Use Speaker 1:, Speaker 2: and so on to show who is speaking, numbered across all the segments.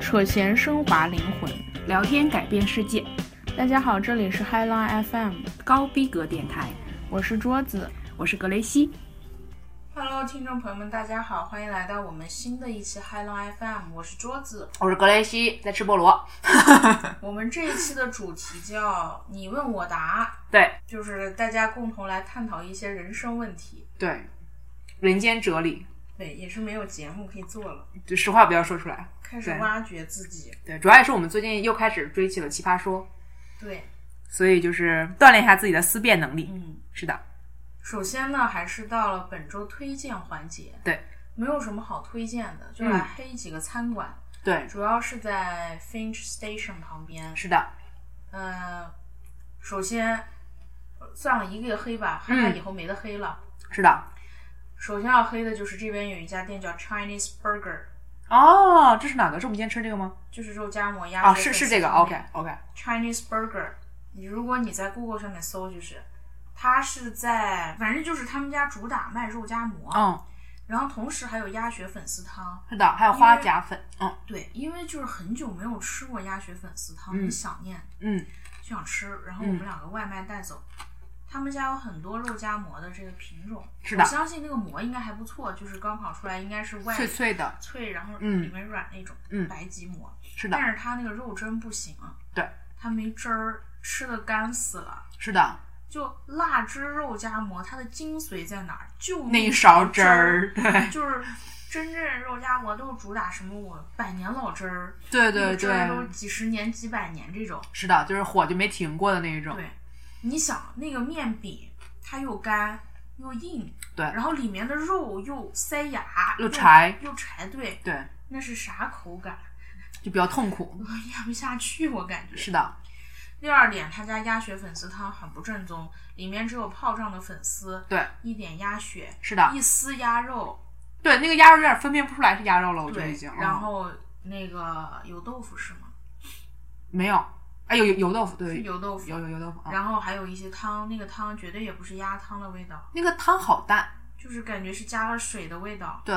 Speaker 1: 扯闲升华灵魂。
Speaker 2: 聊天改变世界，
Speaker 1: 大家好，这里是 High Line FM，
Speaker 2: 高逼格电台，
Speaker 1: 我是桌子。
Speaker 2: 我是格雷西。
Speaker 3: Hello，听众朋友们，大家好，欢迎来到我们新的一期海浪 FM，我是桌子。
Speaker 2: 我是格雷西，在吃菠萝。
Speaker 3: 我们这一期的主题叫“你问我答
Speaker 2: 对”，
Speaker 3: 就是大家共同来探讨一些人生问题。
Speaker 2: 对，人间哲理，
Speaker 3: 对，也是没有节目可以做了，
Speaker 2: 就实话不要说出来。
Speaker 3: 开始
Speaker 2: 对
Speaker 3: 挖掘自己。
Speaker 2: 对，主要也是我们最近又开始追起了《奇葩说
Speaker 3: 对，》，
Speaker 2: 所以就是锻炼一下自己的思辨能力。
Speaker 3: 嗯，
Speaker 2: 是的，
Speaker 3: 首先呢，还是到了本周推荐环节。
Speaker 2: 对，
Speaker 3: 没有什么好推荐的，
Speaker 1: 嗯
Speaker 3: 就来黑几个餐馆，
Speaker 2: 对，
Speaker 3: 主要是在 Finch Station 旁边。
Speaker 2: 是的，
Speaker 3: 嗯，首先呃算了一个一个黑吧，害怕以后没得黑了。
Speaker 2: 是的。
Speaker 3: 首先要黑的就是这边有一家店叫 Chinese Burger，
Speaker 2: 哦，这是哪个？是我们今天吃这个吗？
Speaker 3: 就是肉夹馍鸭
Speaker 2: 啊，
Speaker 3: 血
Speaker 2: 是
Speaker 3: 粉
Speaker 2: 是
Speaker 3: 丝
Speaker 2: 这个。
Speaker 3: 方面
Speaker 2: OK OK。
Speaker 3: Chinese Burger，你如果你在 Google 上面搜，就是它是在，反正就是他们家主打卖肉夹馍，
Speaker 2: 嗯，
Speaker 3: 然后同时还有鸭血粉丝汤。
Speaker 2: 是的，还有花甲粉。嗯
Speaker 3: 对，因为就是很久没有吃过鸭血粉丝汤，
Speaker 2: 嗯
Speaker 3: 很想念，
Speaker 2: 嗯，
Speaker 3: 就想吃。然后我们两个外卖带走。他们家有很多肉夹馍的这个品种，
Speaker 2: 是的
Speaker 3: 我相信那个馍应该还不错，就是刚烤出来应该是外
Speaker 2: 脆脆的，
Speaker 3: 脆，然后
Speaker 2: 嗯
Speaker 3: 里面软那种
Speaker 2: 嗯
Speaker 3: 白吉馍。
Speaker 2: 是的，
Speaker 3: 但是它那个肉真不行啊，
Speaker 2: 对，
Speaker 3: 它没汁儿，吃的干死了。
Speaker 2: 是的，
Speaker 3: 就腊汁肉夹馍，它的精髓在哪儿？就
Speaker 2: 那一
Speaker 3: 勺
Speaker 2: 勺汁
Speaker 3: 儿，
Speaker 2: 儿，对
Speaker 3: 就是真正肉夹馍都是主打什么我百年老汁儿，
Speaker 2: 对
Speaker 3: 那
Speaker 2: 对
Speaker 3: 个汁儿都
Speaker 2: 对，
Speaker 3: 几十年、几百年这种。
Speaker 2: 是的，就是火就没停过的那一种。
Speaker 3: 对，你想那个面饼，它又干又硬，
Speaker 2: 对
Speaker 3: 然后里面的肉又塞牙，
Speaker 2: 又柴
Speaker 3: 又柴，对，
Speaker 2: 对，
Speaker 3: 那是啥口感？
Speaker 2: 就比较痛苦。
Speaker 3: 我咽不下去，我感觉
Speaker 2: 是的，
Speaker 3: 第二点，他家鸭血粉丝汤很不正宗，里面只有泡胀的粉丝，
Speaker 2: 对，
Speaker 3: 一点鸭血，
Speaker 2: 是的，
Speaker 3: 一丝鸭肉，
Speaker 2: 对，那个鸭肉有点分辨不出来是鸭肉了，我觉得
Speaker 3: 对
Speaker 2: 已经。，
Speaker 3: 然
Speaker 2: 嗯
Speaker 3: 后那个有豆腐是吗？
Speaker 2: 没有，哎，有有油豆腐，
Speaker 3: 是
Speaker 2: 对，
Speaker 3: 油豆腐，
Speaker 2: 有有油豆腐啊。
Speaker 3: 然后还有一些汤，那个汤绝对也不是鸭汤的味道，
Speaker 2: 那个汤好淡，
Speaker 3: 就是感觉是加了水的味道，
Speaker 2: 对，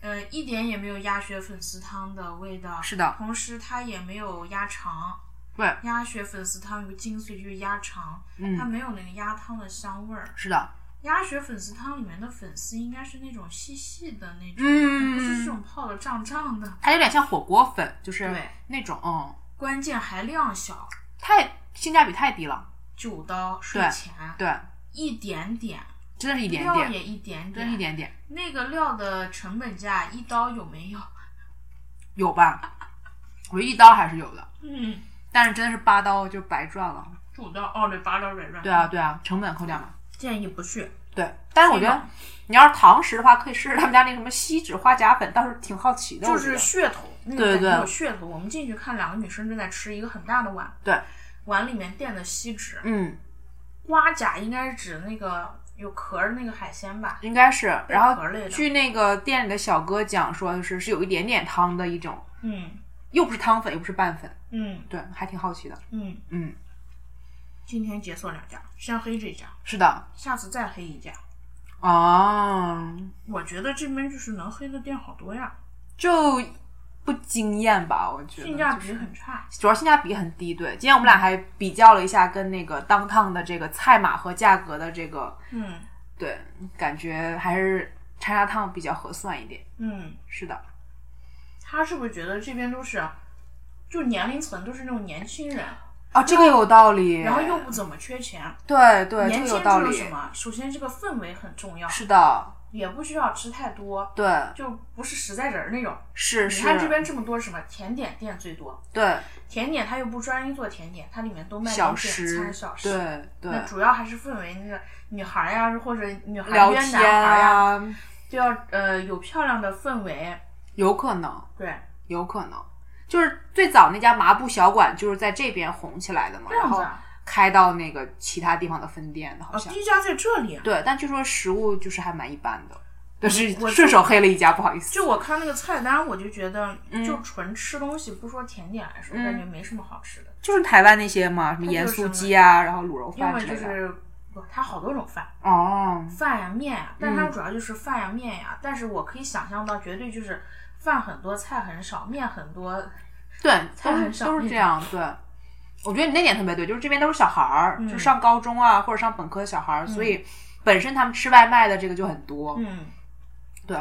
Speaker 3: 嗯、一点也没有鸭血粉丝汤的味道，
Speaker 2: 是的，
Speaker 3: 同时它也没有鸭肠，
Speaker 2: 对，
Speaker 3: 鸭血粉丝汤有个精髓就是鸭肠，它
Speaker 2: 嗯，
Speaker 3: 没有那个鸭汤的香味儿，
Speaker 2: 是的，
Speaker 3: 鸭血粉丝汤里面的粉丝应该是那种细细的那种，
Speaker 2: 嗯
Speaker 3: 不是这种泡的胀胀的。
Speaker 2: 它有点像火锅粉，就是
Speaker 3: 对
Speaker 2: 那种，嗯，
Speaker 3: 关键还量小，
Speaker 2: 太性价比太低了，
Speaker 3: 九刀税
Speaker 2: 对
Speaker 3: 前，
Speaker 2: 对，
Speaker 3: 一点点，
Speaker 2: 真的是一点
Speaker 3: 料
Speaker 2: 点，
Speaker 3: 也一点
Speaker 2: 真是一点点，
Speaker 3: 那个料的成本价一刀有没有？
Speaker 2: 有吧？我一刀还是有的，
Speaker 3: 嗯，
Speaker 2: 但是真的是八刀就白赚了。
Speaker 3: 九刀哦，对，八刀软软。
Speaker 2: 对啊，，对啊，成本扣掉嘛。
Speaker 3: 建议不去。
Speaker 2: 对，但是我觉
Speaker 3: 是
Speaker 2: 得
Speaker 3: 吗
Speaker 2: 你要是堂食的话，可以试试他们家那什么锡纸花甲粉，倒是挺好奇的。
Speaker 3: 就
Speaker 2: 我觉
Speaker 3: 是
Speaker 2: 得
Speaker 3: 噱头，那
Speaker 2: 对
Speaker 3: 个感
Speaker 2: 对
Speaker 3: 觉有噱头。我们进去看两个女生正在吃一个很大的碗，
Speaker 2: 对，
Speaker 3: 碗里面垫的锡纸，
Speaker 2: 嗯，
Speaker 3: 瓜甲应该是指那个有壳儿的那个海鲜吧？
Speaker 2: 应该是。然后
Speaker 3: 壳类的
Speaker 2: 据那个店里的小哥讲说，就是是有一点点汤的一种，
Speaker 3: 嗯
Speaker 2: 又不是汤粉，又不是拌粉，
Speaker 3: 嗯
Speaker 2: 对，还挺好奇的。
Speaker 3: 嗯，
Speaker 2: 嗯，
Speaker 3: 今天解锁两家，先黑这家，
Speaker 2: 是的，
Speaker 3: 下次再黑一家。
Speaker 2: 哦，
Speaker 3: 我觉得这边就是能黑的店好多呀，
Speaker 2: 就不惊艳吧？我觉得
Speaker 3: 性价比很差。
Speaker 2: 主要性价比很低。对，今天我们俩还比较了一下跟那个当趟的这个菜码和价格的这个，
Speaker 3: 嗯
Speaker 2: 对，感觉还是叉叉烫比较合算一点。
Speaker 3: 嗯，
Speaker 2: 是的，
Speaker 3: 他是不是觉得这边都是，就年龄层都是那种年轻人，
Speaker 2: 啊，这个有道理。
Speaker 3: 然后又不怎么缺钱。
Speaker 2: 对对，这
Speaker 3: 年
Speaker 2: 个
Speaker 3: 轻
Speaker 2: 有道
Speaker 3: 就是
Speaker 2: 理
Speaker 3: 什。么？啊首先这个氛围很重要，
Speaker 2: 是的，
Speaker 3: 也不需要吃太多，
Speaker 2: 对，
Speaker 3: 就不是实在人儿那种。
Speaker 2: 是
Speaker 3: 你
Speaker 2: 是。
Speaker 3: 看这边这么多什么甜点店最多，
Speaker 2: 对
Speaker 3: 甜点它又不专一做甜点，它里面都卖
Speaker 2: 小
Speaker 3: 点餐
Speaker 2: 食，
Speaker 3: 小食。
Speaker 2: 对
Speaker 3: 那
Speaker 2: 对，
Speaker 3: 主要还是氛围，那个女孩儿呀，或者女孩
Speaker 2: 聊
Speaker 3: 儿约男
Speaker 2: 天
Speaker 3: 孩儿呀，
Speaker 2: 啊，
Speaker 3: 就要呃有漂亮的氛围。
Speaker 2: 有可能，
Speaker 3: 对，
Speaker 2: 有可能，就是最早那家麻布小馆就是在这边红起来的嘛，
Speaker 3: 这
Speaker 2: 然
Speaker 3: 样子
Speaker 2: 后
Speaker 3: 啊，
Speaker 2: 开到那个其他地方的分店的，好
Speaker 3: 哦，
Speaker 2: 像
Speaker 3: 第一家在这里啊。
Speaker 2: 对，但据说食物就是还蛮一般的，但是
Speaker 3: 我
Speaker 2: 顺手黑了一家，不好意思，
Speaker 3: 就我看那个菜单，我就觉得
Speaker 2: 嗯，
Speaker 3: 就纯吃东西，不说甜点来说，
Speaker 2: 嗯
Speaker 3: 感觉没什么好吃的。
Speaker 2: 就是台湾那些嘛，什
Speaker 3: 它
Speaker 2: 么
Speaker 3: 就
Speaker 2: 盐
Speaker 3: 是
Speaker 2: 酥
Speaker 3: 什么
Speaker 2: 鸡啊，然后卤肉
Speaker 3: 要
Speaker 2: 饭
Speaker 3: 么
Speaker 2: 之
Speaker 3: 就
Speaker 2: 类的，
Speaker 3: 是，哇它好多种饭，
Speaker 2: 哦，
Speaker 3: 饭呀面呀，但它
Speaker 2: 嗯
Speaker 3: 主要就是饭呀面呀。但是我可以想象到，绝对就是饭很多，菜很少，面很多，
Speaker 2: 对，
Speaker 3: 菜
Speaker 2: 都
Speaker 3: 很
Speaker 2: 是
Speaker 3: 少
Speaker 2: 都是
Speaker 3: 那
Speaker 2: 这
Speaker 3: 种
Speaker 2: 样。对，我觉得你那点特别对，就是这边都是小孩儿，
Speaker 3: 嗯
Speaker 2: 就上高中啊或者上本科的小孩儿，所以本身他们吃外卖的这个就很多，
Speaker 3: 嗯，
Speaker 2: 对，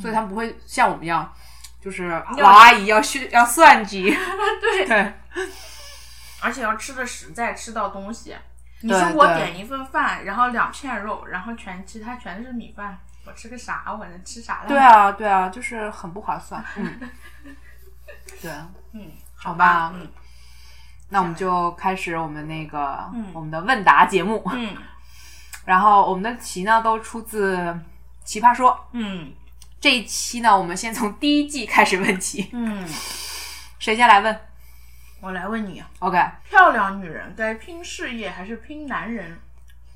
Speaker 2: 所以他们不会像我们一样，就是
Speaker 3: 要
Speaker 2: 老阿姨要去要算计，
Speaker 3: 对，嗯
Speaker 2: 对
Speaker 3: 而且要吃的实在，吃到东西。你
Speaker 2: 对
Speaker 3: 说我
Speaker 2: 对
Speaker 3: 点一份饭，然后两片肉，然后全其他全是米饭，我吃个啥？我能吃啥了？
Speaker 2: 对，啊对啊，就是很不 划算，嗯，对，
Speaker 3: 嗯，
Speaker 2: 好吧
Speaker 3: 吧，，嗯
Speaker 2: 那我们就开始我们那个
Speaker 3: 嗯
Speaker 2: 我们的问答节目，
Speaker 3: 嗯
Speaker 2: 然后我们的题呢都出自《奇葩说》。
Speaker 3: 嗯
Speaker 2: 这一期呢，我们先从第一季开始问起，
Speaker 3: 嗯，
Speaker 2: 谁先来问
Speaker 3: 我来问你，
Speaker 2: ？OK，
Speaker 3: 漂亮女人该拼事业还是拼男人？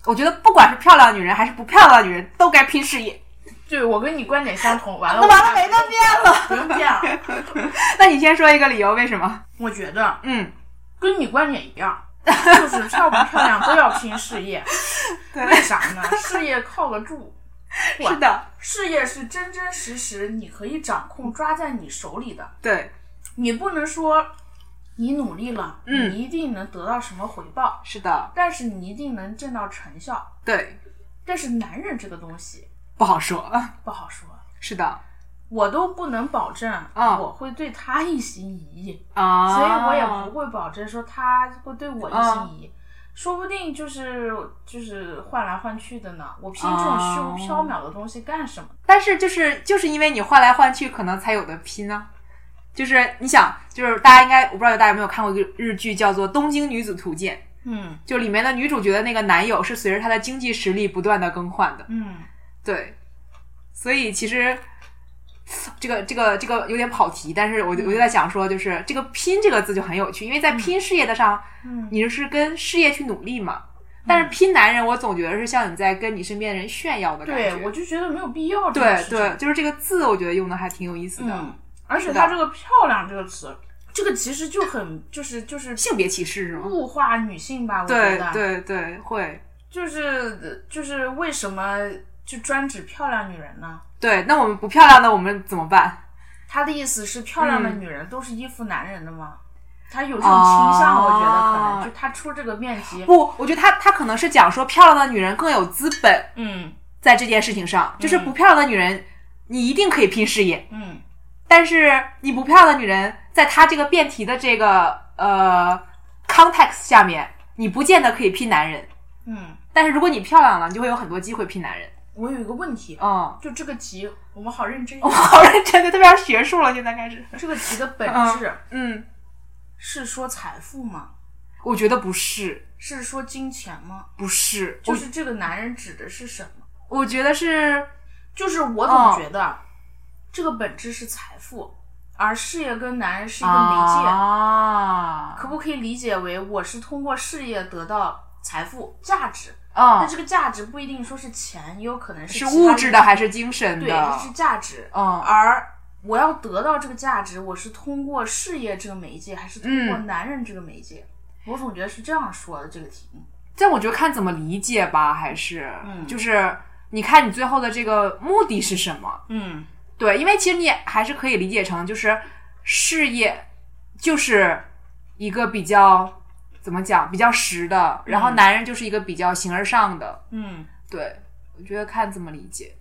Speaker 2: 我觉得不管是漂亮女人还是不漂亮女人，都该拼事业。
Speaker 3: 对我跟你观点相同，完了
Speaker 2: 啊那完了，没得变了。
Speaker 3: 不用变了。
Speaker 2: 那你先说一个理由，为什么？
Speaker 3: 我觉得
Speaker 2: 嗯，
Speaker 3: 跟你观点一样，就是漂不漂亮都要拼事业。
Speaker 2: 对
Speaker 3: 为啥呢？事业靠得住，哇
Speaker 2: 是的，
Speaker 3: 事业是真真实实你可以掌控、抓在你手里的。
Speaker 2: 对，
Speaker 3: 你不能说你努力了，
Speaker 2: 嗯
Speaker 3: 你一定能得到什么回报，
Speaker 2: 是的，
Speaker 3: 但是你一定能见到成效。
Speaker 2: 对，
Speaker 3: 但是男人这个东西
Speaker 2: 不好说。
Speaker 3: 不好说，
Speaker 2: 是的
Speaker 3: 我都不能保证
Speaker 2: 嗯
Speaker 3: 我会对他一心一意，
Speaker 2: 啊，
Speaker 3: 所以我也不会保证说他会对我一
Speaker 2: 嗯
Speaker 3: 心一意。说不定就是就是换来换去的呢。我拼这种虚无
Speaker 2: 哦
Speaker 3: 缥缈的东西干什么？
Speaker 2: 但是就是就是因为你换来换去，可能才有的拼呢、就是你想，就是大家应该，我不知道大家有没有看过一个日剧，叫做《东京女子图鉴》，
Speaker 3: 嗯
Speaker 2: 就里面的女主角的那个男友是随着她的经济实力不断的更换的。
Speaker 3: 嗯，
Speaker 2: 对，所以其实 这个这个这个有点跑题，但是
Speaker 3: 嗯
Speaker 2: 我就我就在想说，就是这个“拼”这个字就很有趣，因为在拼事业的上，
Speaker 3: 嗯
Speaker 2: 你是跟事业去努力嘛。但是拼男人，我总觉得是像你在跟你身边的人炫耀的感觉。
Speaker 3: 对，我就觉得没有必要这种
Speaker 2: 对
Speaker 3: 事情。
Speaker 2: 对，就是这个字，我觉得用的还挺有意思的。
Speaker 3: 嗯，而且
Speaker 2: 是的
Speaker 3: 它这个“漂亮”这个词，这个其实就很就是就是
Speaker 2: 性别歧视是吗？
Speaker 3: 物化女性吧，我觉
Speaker 2: 对
Speaker 3: 得，
Speaker 2: 对对，会。
Speaker 3: 就是就是为什么就专指漂亮女人呢？
Speaker 2: 对，那我们不漂亮的我们怎么办？
Speaker 3: 他的意思是漂亮的
Speaker 2: 嗯
Speaker 3: 女人都是依附男人的吗？他有这种倾向，
Speaker 2: 哦
Speaker 3: 我觉得可能就他出这个面题，
Speaker 2: 不，我觉得他他可能是讲说漂亮的女人更有资本，
Speaker 3: 嗯
Speaker 2: 在这件事情上，就是不漂亮的女人，你一定可以拼事业，
Speaker 3: 嗯
Speaker 2: 但是你不漂亮的女人，在她这个辩题的这个呃 context 下面，你不见得可以拼男人。
Speaker 3: 嗯。
Speaker 2: 但是如果你漂亮了，你就会有很多机会拼男人。
Speaker 3: 我有一个问题，
Speaker 2: 嗯，
Speaker 3: 就这个题，我们好认真
Speaker 2: 我。好认真的，特别像学术了，现在开始。
Speaker 3: 这个题的本质
Speaker 2: 嗯，
Speaker 3: 是说财富吗？
Speaker 2: 我觉得不是，
Speaker 3: 是说金钱吗？
Speaker 2: 不是，
Speaker 3: 就、是这个男人指的是什么？
Speaker 2: 我我觉得是，
Speaker 3: 就是我
Speaker 2: 哦
Speaker 3: 总觉得这个本质是财富，而事业跟男人是一个
Speaker 2: 哦
Speaker 3: 媒介，
Speaker 2: 啊，
Speaker 3: 可不可以理解为我是通过事业得到财富价值？但
Speaker 2: 嗯，
Speaker 3: 这个价值不一定说是钱，也有可能
Speaker 2: 是
Speaker 3: 其他
Speaker 2: 物质的，还是精神
Speaker 3: 对，
Speaker 2: 的
Speaker 3: 这？是价值。
Speaker 2: 嗯
Speaker 3: 而我要得到这个价值，我是通过事业这个媒介，还是通过
Speaker 2: 嗯
Speaker 3: 男人这个媒介？我总觉得是这样说的这个题目。
Speaker 2: 但我觉得看怎么理解吧，还是，
Speaker 3: 嗯
Speaker 2: 就是你看你最后的这个目的是什么？
Speaker 3: 嗯
Speaker 2: 对，因为其实你也还是可以理解成就是事业就是一个比较怎么讲比较实的，然后
Speaker 3: 嗯
Speaker 2: 男人就是一个比较形而上的。
Speaker 3: 嗯
Speaker 2: 对，我觉得看怎么理解。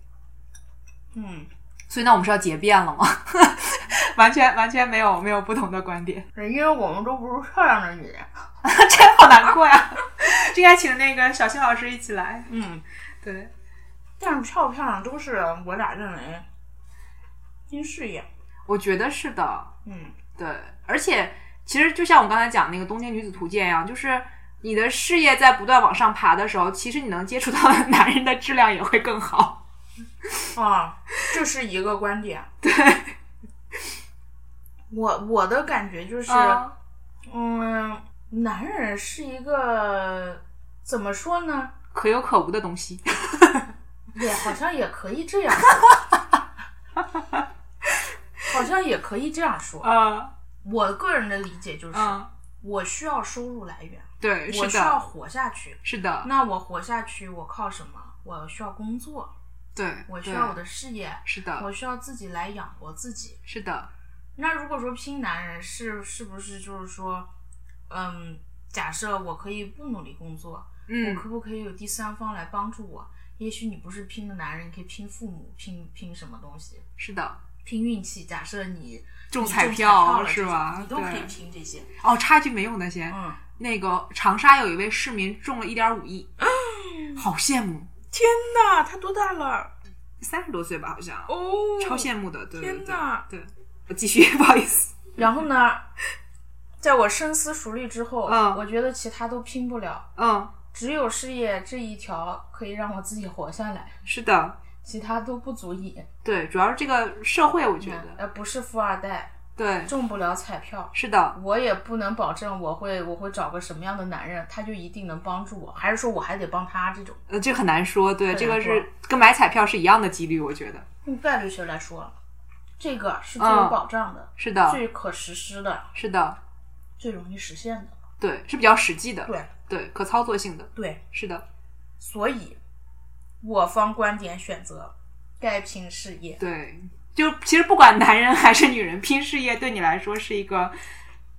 Speaker 3: 嗯，
Speaker 2: 所以那我们是要结辩了吗？ 完全完全没有没有不同的观点，
Speaker 3: 因为我们都不是漂亮的女人。
Speaker 2: 真好难过呀！ 这应该请那个小新老师一起来。
Speaker 3: 嗯。
Speaker 2: 对，
Speaker 3: 但是漂不漂亮都是我俩认为拼事业。
Speaker 2: 我觉得是的。
Speaker 3: 嗯
Speaker 2: 对，而且其实就像我刚才讲那个《东京女子图鉴》一样，就是你的事业在不断往上爬的时候，其实你能接触到的 男人的质量也会更好。
Speaker 3: 啊，这是一个观 点。对，我我的感觉 就是，
Speaker 2: 啊
Speaker 3: 嗯，男人是一个怎么说呢？
Speaker 2: 可有可无的 东西。
Speaker 3: 也好像也可以这样， 好像也可以这样说。
Speaker 2: 啊
Speaker 3: 我个人的理解就是，
Speaker 2: 啊，
Speaker 3: 我需要收入来源，
Speaker 2: 对，
Speaker 3: 我
Speaker 2: 是
Speaker 3: 需要
Speaker 2: 的，
Speaker 3: 活下去。
Speaker 2: 是的，
Speaker 3: 那我活下去，我靠什么？我需要工作，
Speaker 2: 对，
Speaker 3: 我需
Speaker 2: 对
Speaker 3: 要我的事业，
Speaker 2: 是的，
Speaker 3: 我需要自己来养活自己。
Speaker 2: 是的，
Speaker 3: 那如果说拼男人是是不是就是说，嗯，假设我可以不努力工作，我
Speaker 2: 嗯，
Speaker 3: 可不可以有第三方来帮助我？也许你不是拼的男人，你可以拼父母，拼拼什么东西，
Speaker 2: 是的，
Speaker 3: 拼运气。假设你
Speaker 2: 中
Speaker 3: 你
Speaker 2: 彩
Speaker 3: 票
Speaker 2: 票
Speaker 3: 了
Speaker 2: 是
Speaker 3: 这种
Speaker 2: 吧
Speaker 3: 你都可以
Speaker 2: 对
Speaker 3: 拼这些。
Speaker 2: 哦，插一句没用的先，
Speaker 3: 嗯，
Speaker 2: 那个长沙有一位市民中了一点 五亿，好羡慕，
Speaker 3: 天哪，他多大了？
Speaker 2: 三十多岁吧，好像，
Speaker 3: 哦
Speaker 2: 超羡慕的，对对
Speaker 3: 天哪
Speaker 2: 对，对，我继续， 不好意思，
Speaker 3: 然后呢，在我深思熟虑之后，
Speaker 2: 嗯
Speaker 3: 我觉得其他都拼不了，
Speaker 2: 嗯，
Speaker 3: 只有事业这一条可以让我自己活下来，
Speaker 2: 是的，
Speaker 3: 其他都不足以。
Speaker 2: 对，主要是这个社会，我觉
Speaker 3: 嗯
Speaker 2: 得，
Speaker 3: 呃，不是富二代，
Speaker 2: 对，
Speaker 3: 中不了彩票，
Speaker 2: 是的，
Speaker 3: 我也不能保证我会我会找个什么样的男人，他就一定能帮助我，还是说我还得帮他这种？
Speaker 2: 呃，这个很难说，对，
Speaker 3: 很
Speaker 2: 这
Speaker 3: 难
Speaker 2: 个
Speaker 3: 说
Speaker 2: 是跟买彩票是一样的几率，我觉得，
Speaker 3: 用概率学来说，这个是最有
Speaker 2: 嗯
Speaker 3: 保障的，
Speaker 2: 是的，
Speaker 3: 最可实施的，
Speaker 2: 是的，
Speaker 3: 最容易实现的。
Speaker 2: 对，是比较实际的，
Speaker 3: 对
Speaker 2: 对，可操作性的，
Speaker 3: 对，
Speaker 2: 是的，
Speaker 3: 所以我方观点选择该拼事业。
Speaker 2: 对，就其实不管男人还是女人，拼事业对你来说是一个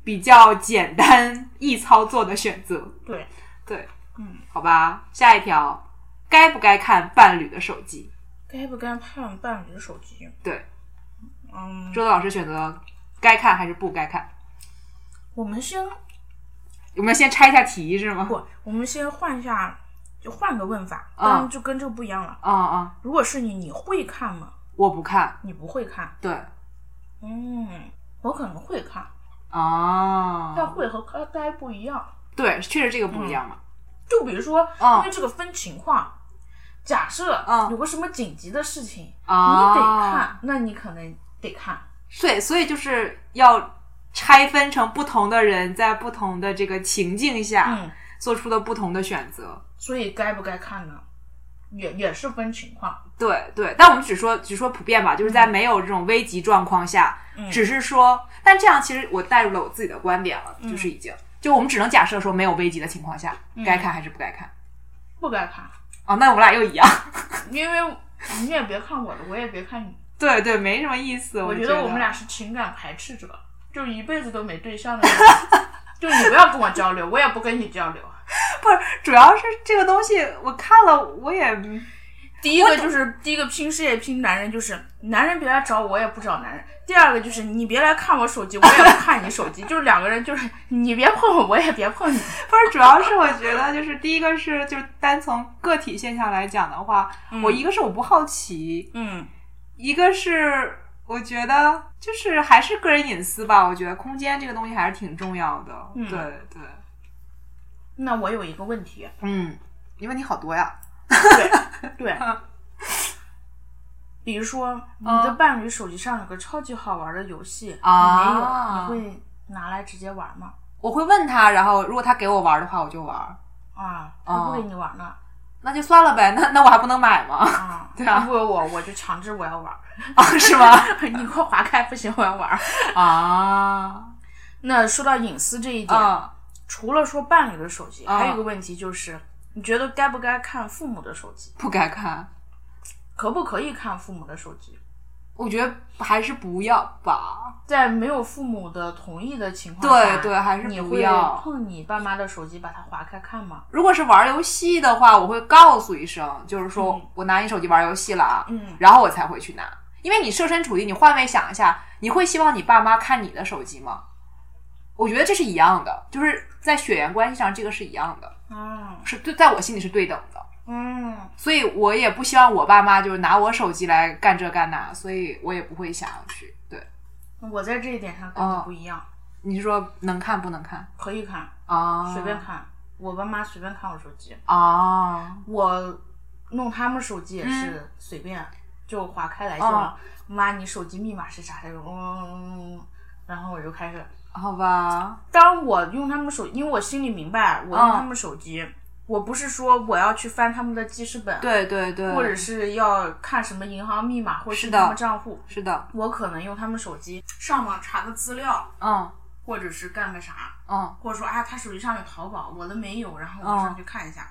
Speaker 2: 比较简单易操作的选择。
Speaker 3: 对，
Speaker 2: 对，
Speaker 3: 嗯，
Speaker 2: 好吧，下一条，该不该看伴侣的手机？
Speaker 3: 该不该看伴侣的手机？
Speaker 2: 对，
Speaker 3: 嗯，
Speaker 2: 周子老师选择该看还是不该看？
Speaker 3: 我们先
Speaker 2: 我们先拆一下题是吗？
Speaker 3: 不，我们先换一下，就换个问法，
Speaker 2: 嗯
Speaker 3: 当然就跟这个不一样了。
Speaker 2: 啊啊、
Speaker 3: 如果是你，你会看吗？
Speaker 2: 我不看。
Speaker 3: 你不会看。
Speaker 2: 对，
Speaker 3: 嗯，哦我可能会看，但
Speaker 2: 啊，
Speaker 3: 会和该该不一样。
Speaker 2: 对，确实这个不一样嘛。
Speaker 3: 就比如说，
Speaker 2: 嗯
Speaker 3: 因为这个分情况。假设
Speaker 2: 嗯
Speaker 3: 有个什么紧急的事情，
Speaker 2: 啊，
Speaker 3: 嗯你得看，那你可能得看。
Speaker 2: 对，所以就是要拆分成不同的人，在不同的这个情境下、
Speaker 3: 嗯，
Speaker 2: 做出的不同的选择。
Speaker 3: 所以该不该看呢？也也是分情况。
Speaker 2: 对对，但我们只说只说普遍吧，就是在没有这种危急状况下，
Speaker 3: 嗯
Speaker 2: 只是说，但这样其实我带入了我自己的观点了，
Speaker 3: 嗯
Speaker 2: 就是已经，就我们只能假设说没有危急的情况下，
Speaker 3: 嗯
Speaker 2: 该看还是不该看。
Speaker 3: 不该看，
Speaker 2: 哦，那我俩又一样。
Speaker 3: 因为你也别看我的，我也别看你。
Speaker 2: 对对，没什么意思。
Speaker 3: 我
Speaker 2: 觉
Speaker 3: 觉得我们俩是情感排斥者，就一辈子都没对象的 人。就你不要跟我交流，我也不跟你交流。
Speaker 2: 不是，主要是这个东西，我看了我也
Speaker 3: 第一个就是第一个拼事业拼男人，就是男人别来找我，我也不找男人。第二个就是你别来看我手机，我也不看你手机。就是两个人就是你别碰我，我也别碰你。
Speaker 2: 不是，主要是我觉得就是第一个是就是单从个体现象来讲的话，我一个是我不好奇，
Speaker 3: 嗯
Speaker 2: 一个是我觉得就是还是个人隐私吧。我觉得空间这个东西还是挺重要的。
Speaker 3: 嗯
Speaker 2: 对对，
Speaker 3: 那我有一个问题，
Speaker 2: 嗯，你问题好多呀。
Speaker 3: 对对。
Speaker 2: 啊
Speaker 3: 比如说，你的
Speaker 2: 嗯
Speaker 3: 伴侣手机上有个超级好玩的游戏，
Speaker 2: 啊
Speaker 3: 你没有，你会拿来直接玩吗？
Speaker 2: 我会问他，然后如果他给我玩的话，我就玩，
Speaker 3: 啊，他不
Speaker 2: 哦
Speaker 3: 给你玩呢，
Speaker 2: 那就算了呗。那那我还不能买吗？
Speaker 3: 啊，
Speaker 2: 对啊
Speaker 3: 他不给我，我就强制我要 玩。
Speaker 2: 啊，是吗？
Speaker 3: 你给我划开，不行，我要玩。
Speaker 2: 啊
Speaker 3: 那说到隐私这一点，
Speaker 2: 啊，
Speaker 3: 除了说伴侣的手机，
Speaker 2: 啊
Speaker 3: 还有一个问题就是，你觉得该不该看父母的手机？
Speaker 2: 不该看，
Speaker 3: 可不可以看父母的手机？
Speaker 2: 我觉得还是不要吧。
Speaker 3: 在没有父母的同意的情况下，
Speaker 2: 对对，还是
Speaker 3: 你
Speaker 2: 不
Speaker 3: 会
Speaker 2: 要。
Speaker 3: 碰你爸妈的手机，把它划开看吗？
Speaker 2: 如果是玩游戏的话，我会告诉一声，就是说
Speaker 3: 嗯
Speaker 2: 我拿你手机玩游戏了啊，
Speaker 3: 嗯
Speaker 2: 然后我才会去拿。因为你设身处地，你换位想一下，你会希望你爸妈看你的手机吗？我觉得这是一样的，就是在血缘关系上，这个是一样的，
Speaker 3: 嗯
Speaker 2: 是对，在我心里是对等的。
Speaker 3: 嗯，
Speaker 2: 所以我也不希望我爸妈就是拿我手机来干这干那，所以我也不会想要去。对，
Speaker 3: 我在这一点上跟你
Speaker 2: 哦
Speaker 3: 不一样，
Speaker 2: 你是说能看不能看
Speaker 3: 可以看，
Speaker 2: 啊？
Speaker 3: 随便看。我爸妈随便看我手机，
Speaker 2: 啊，
Speaker 3: 我弄他们手机也是随便、就划开来就、
Speaker 2: 嗯哦
Speaker 3: 妈，你手机密码是啥？他就嗯，然后我就开始。
Speaker 2: 好吧，
Speaker 3: 当我用他们手，因为我心里明白，我
Speaker 2: 嗯
Speaker 3: 用他们手机，我不是说我要去翻他们的记事本，
Speaker 2: 对对对，
Speaker 3: 或者是要看什么银行密码或者
Speaker 2: 是
Speaker 3: 是
Speaker 2: 的
Speaker 3: 他们账户，
Speaker 2: 是的，
Speaker 3: 我可能用他们手机上网查个资料，
Speaker 2: 嗯
Speaker 3: 或者是干个啥，
Speaker 2: 嗯。
Speaker 3: 或者说啊，他手机上有淘宝，我的没有，然后我上去看一下，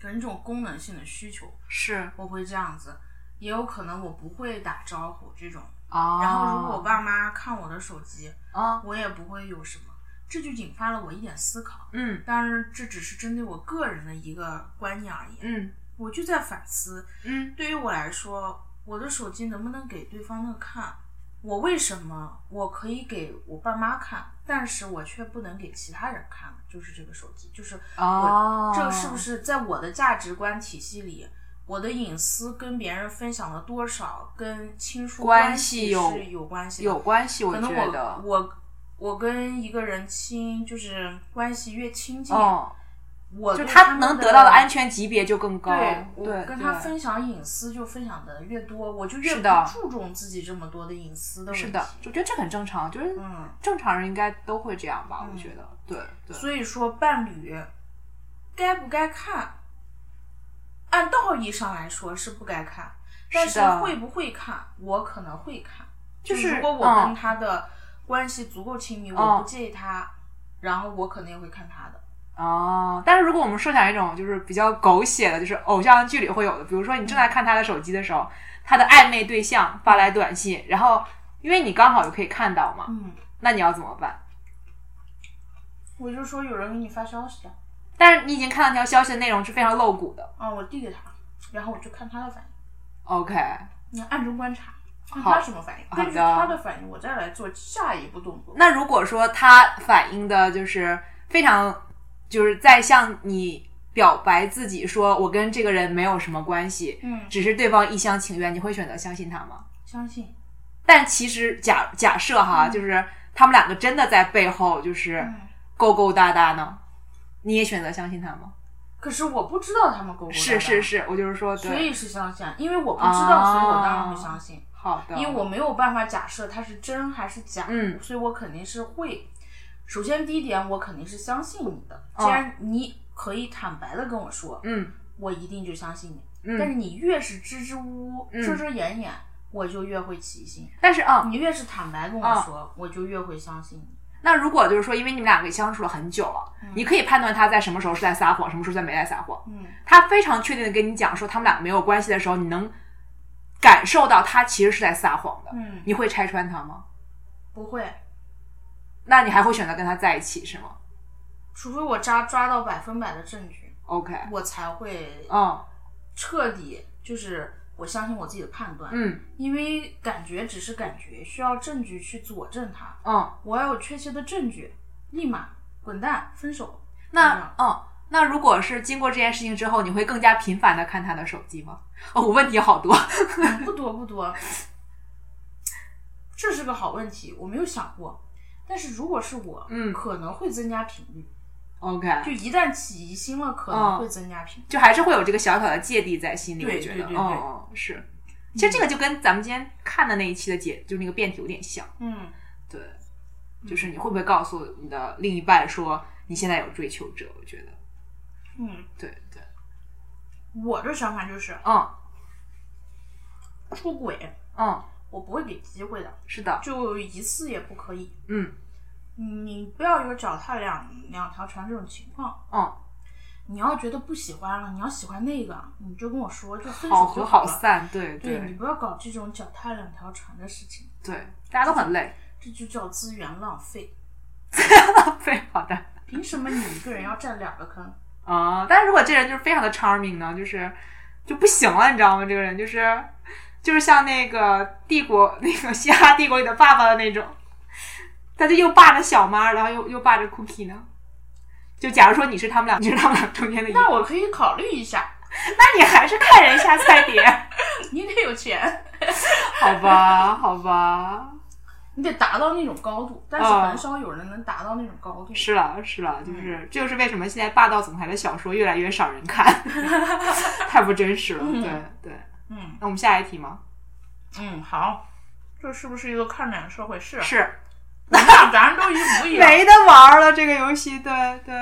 Speaker 3: 可能这种功能性的需求，
Speaker 2: 是
Speaker 3: 我会这样子，也有可能我不会打招呼这种，
Speaker 2: 啊，
Speaker 3: 然后如果我爸妈看我的手机，
Speaker 2: 啊，
Speaker 3: 我也不会有什么。这就引发了我一点思考，
Speaker 2: 嗯
Speaker 3: 当然这只是针对我个人的一个观念而言。
Speaker 2: 嗯
Speaker 3: 我就在反思，
Speaker 2: 嗯
Speaker 3: 对于我来说，我的手机能不能给对方那个看？我为什么我可以给我爸妈看，但是我却不能给其他人看？就是这个手机，就是我、
Speaker 2: 哦
Speaker 3: 这个是不是在我的价值观体系里，我的隐私跟别人分享了多少，跟亲疏
Speaker 2: 关系
Speaker 3: 系
Speaker 2: 有
Speaker 3: 是有关系的
Speaker 2: 有关系？
Speaker 3: 可能
Speaker 2: 觉
Speaker 3: 我
Speaker 2: 得，
Speaker 3: 我我跟一个人亲，就是关系越亲近，
Speaker 2: 嗯，
Speaker 3: 我
Speaker 2: 就
Speaker 3: 对
Speaker 2: 他
Speaker 3: 呃他们
Speaker 2: 能得到的安
Speaker 3: 全。
Speaker 2: 全级别就更高。
Speaker 3: 对，我
Speaker 2: 对，
Speaker 3: 跟他
Speaker 2: 对
Speaker 3: 分享隐私就分享的越多，我就越
Speaker 2: 是
Speaker 3: 不
Speaker 2: 的
Speaker 3: 注重自己这么多的隐私的问题。
Speaker 2: 是的，我觉得这很正常，就是
Speaker 3: 嗯，
Speaker 2: 正常人应该都会这样吧？我
Speaker 3: 嗯
Speaker 2: 觉得，对对。
Speaker 3: 所以说伴侣该不该看，按道义上来说是不该看，但
Speaker 2: 是
Speaker 3: 是
Speaker 2: 的
Speaker 3: 会不会看，我可能会看。
Speaker 2: 就是
Speaker 3: 如果我跟他的关系足够亲密，我
Speaker 2: 嗯
Speaker 3: 不介意他，然后我可能也会看他的。
Speaker 2: 哦，但是如果我们设想一种就是比较狗血的，就是偶像剧里会有的，比如说你正在看他的手机的时候，他的暧昧对象发来短信，然后因为你刚好就可以看到嘛，
Speaker 3: 嗯，
Speaker 2: 那你要怎么办？
Speaker 3: 我就说有人给你发消息啊，
Speaker 2: 但是你已经看到那条消息的内容是非常露骨的。
Speaker 3: 啊，我递给他，然后我就看他的反应。
Speaker 2: OK，
Speaker 3: 你暗中观察，看
Speaker 2: 好
Speaker 3: 他什么反应，
Speaker 2: 好的
Speaker 3: 根据他的反应，我再来做下一步动作。
Speaker 2: 那如果说他反应的就是非常，就是在向你表白自己说我跟这个人没有什么关系，
Speaker 3: 嗯，
Speaker 2: 只是对方一厢情愿，你会选择相信他吗？
Speaker 3: 相信，
Speaker 2: 但其实假假设哈，
Speaker 3: 嗯
Speaker 2: 就是他们两个真的在背后就是
Speaker 3: 嗯。
Speaker 2: 勾勾搭搭呢，你也选择相信他吗？
Speaker 3: 可是我不知道他们勾不勾搭
Speaker 2: 是是，啊是，我就是说，
Speaker 3: 所
Speaker 2: 对，
Speaker 3: 以是相信，因为我不知道，所以我当然会相信，
Speaker 2: 好的，
Speaker 3: 因为我没有办法假设它是真还是假，
Speaker 2: 嗯
Speaker 3: 所以我肯定是会。首先第一点，我肯定是相信你的，既然你可以坦白的跟我说，
Speaker 2: 哦嗯
Speaker 3: 我一定就相信你。但
Speaker 2: 嗯，
Speaker 3: 是你越是支支吾吾、
Speaker 2: 嗯
Speaker 3: 遮遮掩掩，我就越会起疑心。
Speaker 2: 但是啊、
Speaker 3: 你越是坦白跟我说，我就越会相信你。
Speaker 2: 那如果就是说，因为你们两个相处了很久了，你可以判断他在什么时候是在撒谎，什么时候在没在撒谎。
Speaker 3: 嗯，
Speaker 2: 他非常确定的跟你讲说他们两个没有关系的时候，你能感受到他其实是在撒谎的，
Speaker 3: 嗯，
Speaker 2: 你会拆穿他吗？
Speaker 3: 不会，
Speaker 2: 那你还会选择跟他在一起是吗
Speaker 3: 除非我抓抓到百分百的证据，
Speaker 2: ？OK，
Speaker 3: 我才会
Speaker 2: 嗯
Speaker 3: 彻底就是我相信我自己的判断，
Speaker 2: 嗯
Speaker 3: 因为感觉只是感觉，需要证据去佐证它。
Speaker 2: 嗯，
Speaker 3: 我要有确切的证据，立马滚蛋，分手。
Speaker 2: 那嗯，那如果是经过这件事情之后，你会更加频繁的看他的手机吗？ 哦，我问题好多。
Speaker 3: 嗯不多不多，这是个好问题，我没有想过。但是如果是我，
Speaker 2: 嗯
Speaker 3: 可能会增加频率，
Speaker 2: OK，
Speaker 3: 就一旦起疑心了，可
Speaker 2: 哦
Speaker 3: 能会增加频率。
Speaker 2: 就还是会有这个小小的芥蒂在心里，
Speaker 3: 对
Speaker 2: 我觉得，
Speaker 3: 对对对
Speaker 2: 嗯嗯是。其实这个就跟咱们今天看的那一期的解，就是那个辩题有点像，
Speaker 3: 嗯，
Speaker 2: 对，就是你会不会告诉你的另一半说你现在有追求者？我觉得，
Speaker 3: 嗯，
Speaker 2: 对对，
Speaker 3: 我的想法就是
Speaker 2: 嗯
Speaker 3: 出轨，
Speaker 2: 嗯，
Speaker 3: 我不会给机会的，
Speaker 2: 是的，
Speaker 3: 就一次也不可以。
Speaker 2: 嗯
Speaker 3: 你不要有脚踏两两条船这种情况。
Speaker 2: 嗯，
Speaker 3: 你要觉得不喜欢了，你要喜欢那个，你就跟我说，就分
Speaker 2: 好
Speaker 3: 手就
Speaker 2: 合好
Speaker 3: 了。
Speaker 2: 散，对
Speaker 3: 对你
Speaker 2: 对
Speaker 3: 不要搞这种脚踏两条船的事情，
Speaker 2: 对，大家都很累，
Speaker 3: 这就叫资源浪费。
Speaker 2: 对，好的。
Speaker 3: 凭什么你一个人要占两个坑？
Speaker 2: 啊、但是如果这人就是非常的 charming 呢，就是就不行了，你知道吗？这个人就是就是像那个帝国 那个希腊帝国里的爸爸的那种，他就又霸着小妈，然后又又霸着 Cookie 呢。就假如说你是他们俩，你是他们俩中间的一个，
Speaker 3: 那我可以考虑一下，
Speaker 2: 那你还是看人下菜碟，
Speaker 3: 你得有钱，
Speaker 2: 好吧，好吧，
Speaker 3: 你得达到那种高度，但是
Speaker 2: 哦
Speaker 3: 很少有人能达到那种高度。
Speaker 2: 是了是了，就是、这就是为什么现在霸道总裁的小说越来越少人看， 太不真实了。
Speaker 3: 嗯
Speaker 2: 对对，
Speaker 3: 嗯
Speaker 2: 那我们下一题吗？
Speaker 3: 嗯，好，这是不是一个看脸社会？是啊，
Speaker 2: 是
Speaker 3: 咱俩咱都一模一样，
Speaker 2: 没得玩儿了，这个游戏，对对，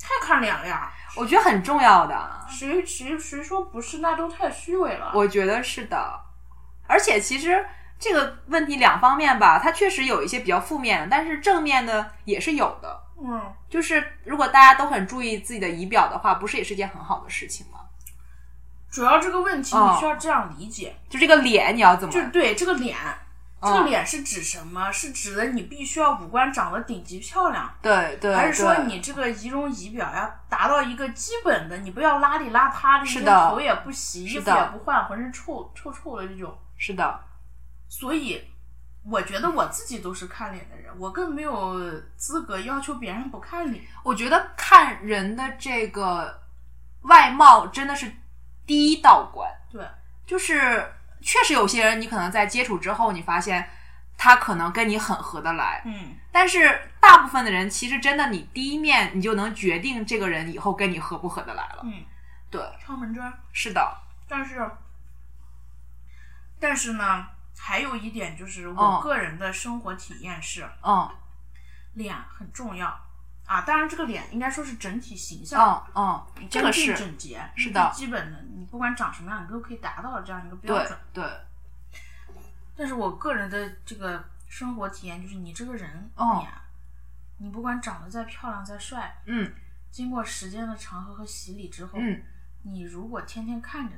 Speaker 3: 太看脸了呀。
Speaker 2: 我觉得很重要的，
Speaker 3: 谁谁谁说不是？那都太虚伪了。
Speaker 2: 我觉得是的，而且其实这个问题两方面吧，它确实有一些比较负面的，但是正面的也是有的，
Speaker 3: 嗯，
Speaker 2: 就是如果大家都很注意自己的仪表的话，不是也是件很好的事情吗？
Speaker 3: 主要这个问题
Speaker 2: 哦
Speaker 3: 你需要这样理解，
Speaker 2: 就这个脸你要怎么
Speaker 3: 就对这个脸，
Speaker 2: 哦
Speaker 3: 这个脸是指什么？是指的你必须要五官长得顶级漂亮，
Speaker 2: 对对，
Speaker 3: 还是说
Speaker 2: 对
Speaker 3: 你这个仪容仪表要达到一个基本的，你不要邋里邋遢的，
Speaker 2: 是
Speaker 3: 你
Speaker 2: 的
Speaker 3: 这头也不洗，衣
Speaker 2: 是
Speaker 3: 服
Speaker 2: 的
Speaker 3: 也不换，浑身臭臭臭的这种。
Speaker 2: 是的，
Speaker 3: 所以我觉得我自己都是看脸的人，我更没有资格要求别人不看脸。
Speaker 2: 我觉得看人的这个外貌真的是第一道关，
Speaker 3: 对，
Speaker 2: 就是确实有些人你可能在接触之后，你发现他可能跟你很合得来，
Speaker 3: 嗯，
Speaker 2: 但是大部分的人其实真的你第一面你就能决定这个人以后跟你合不合得来了。
Speaker 3: 嗯，
Speaker 2: 对，
Speaker 3: 敲门砖。
Speaker 2: 是的，
Speaker 3: 但是，但是呢，还有一点就是
Speaker 2: 哦
Speaker 3: 我个人的生活体验是，
Speaker 2: 嗯
Speaker 3: 脸很重要啊。当然，这个脸应该说是整体形象，
Speaker 2: 嗯嗯，这个
Speaker 3: 干净
Speaker 2: 是
Speaker 3: 整洁
Speaker 2: 是的
Speaker 3: 最基本的。你不管长什么样，你都可以达到这样一个标
Speaker 2: 对
Speaker 3: 准。
Speaker 2: 对，
Speaker 3: 但是我个人的这个生活体验就是，你这个人，
Speaker 2: 哦
Speaker 3: 你啊你不管长得再漂亮再帅，
Speaker 2: 嗯
Speaker 3: 经过时间的长河和洗礼之后，
Speaker 2: 嗯
Speaker 3: 你如果天天看着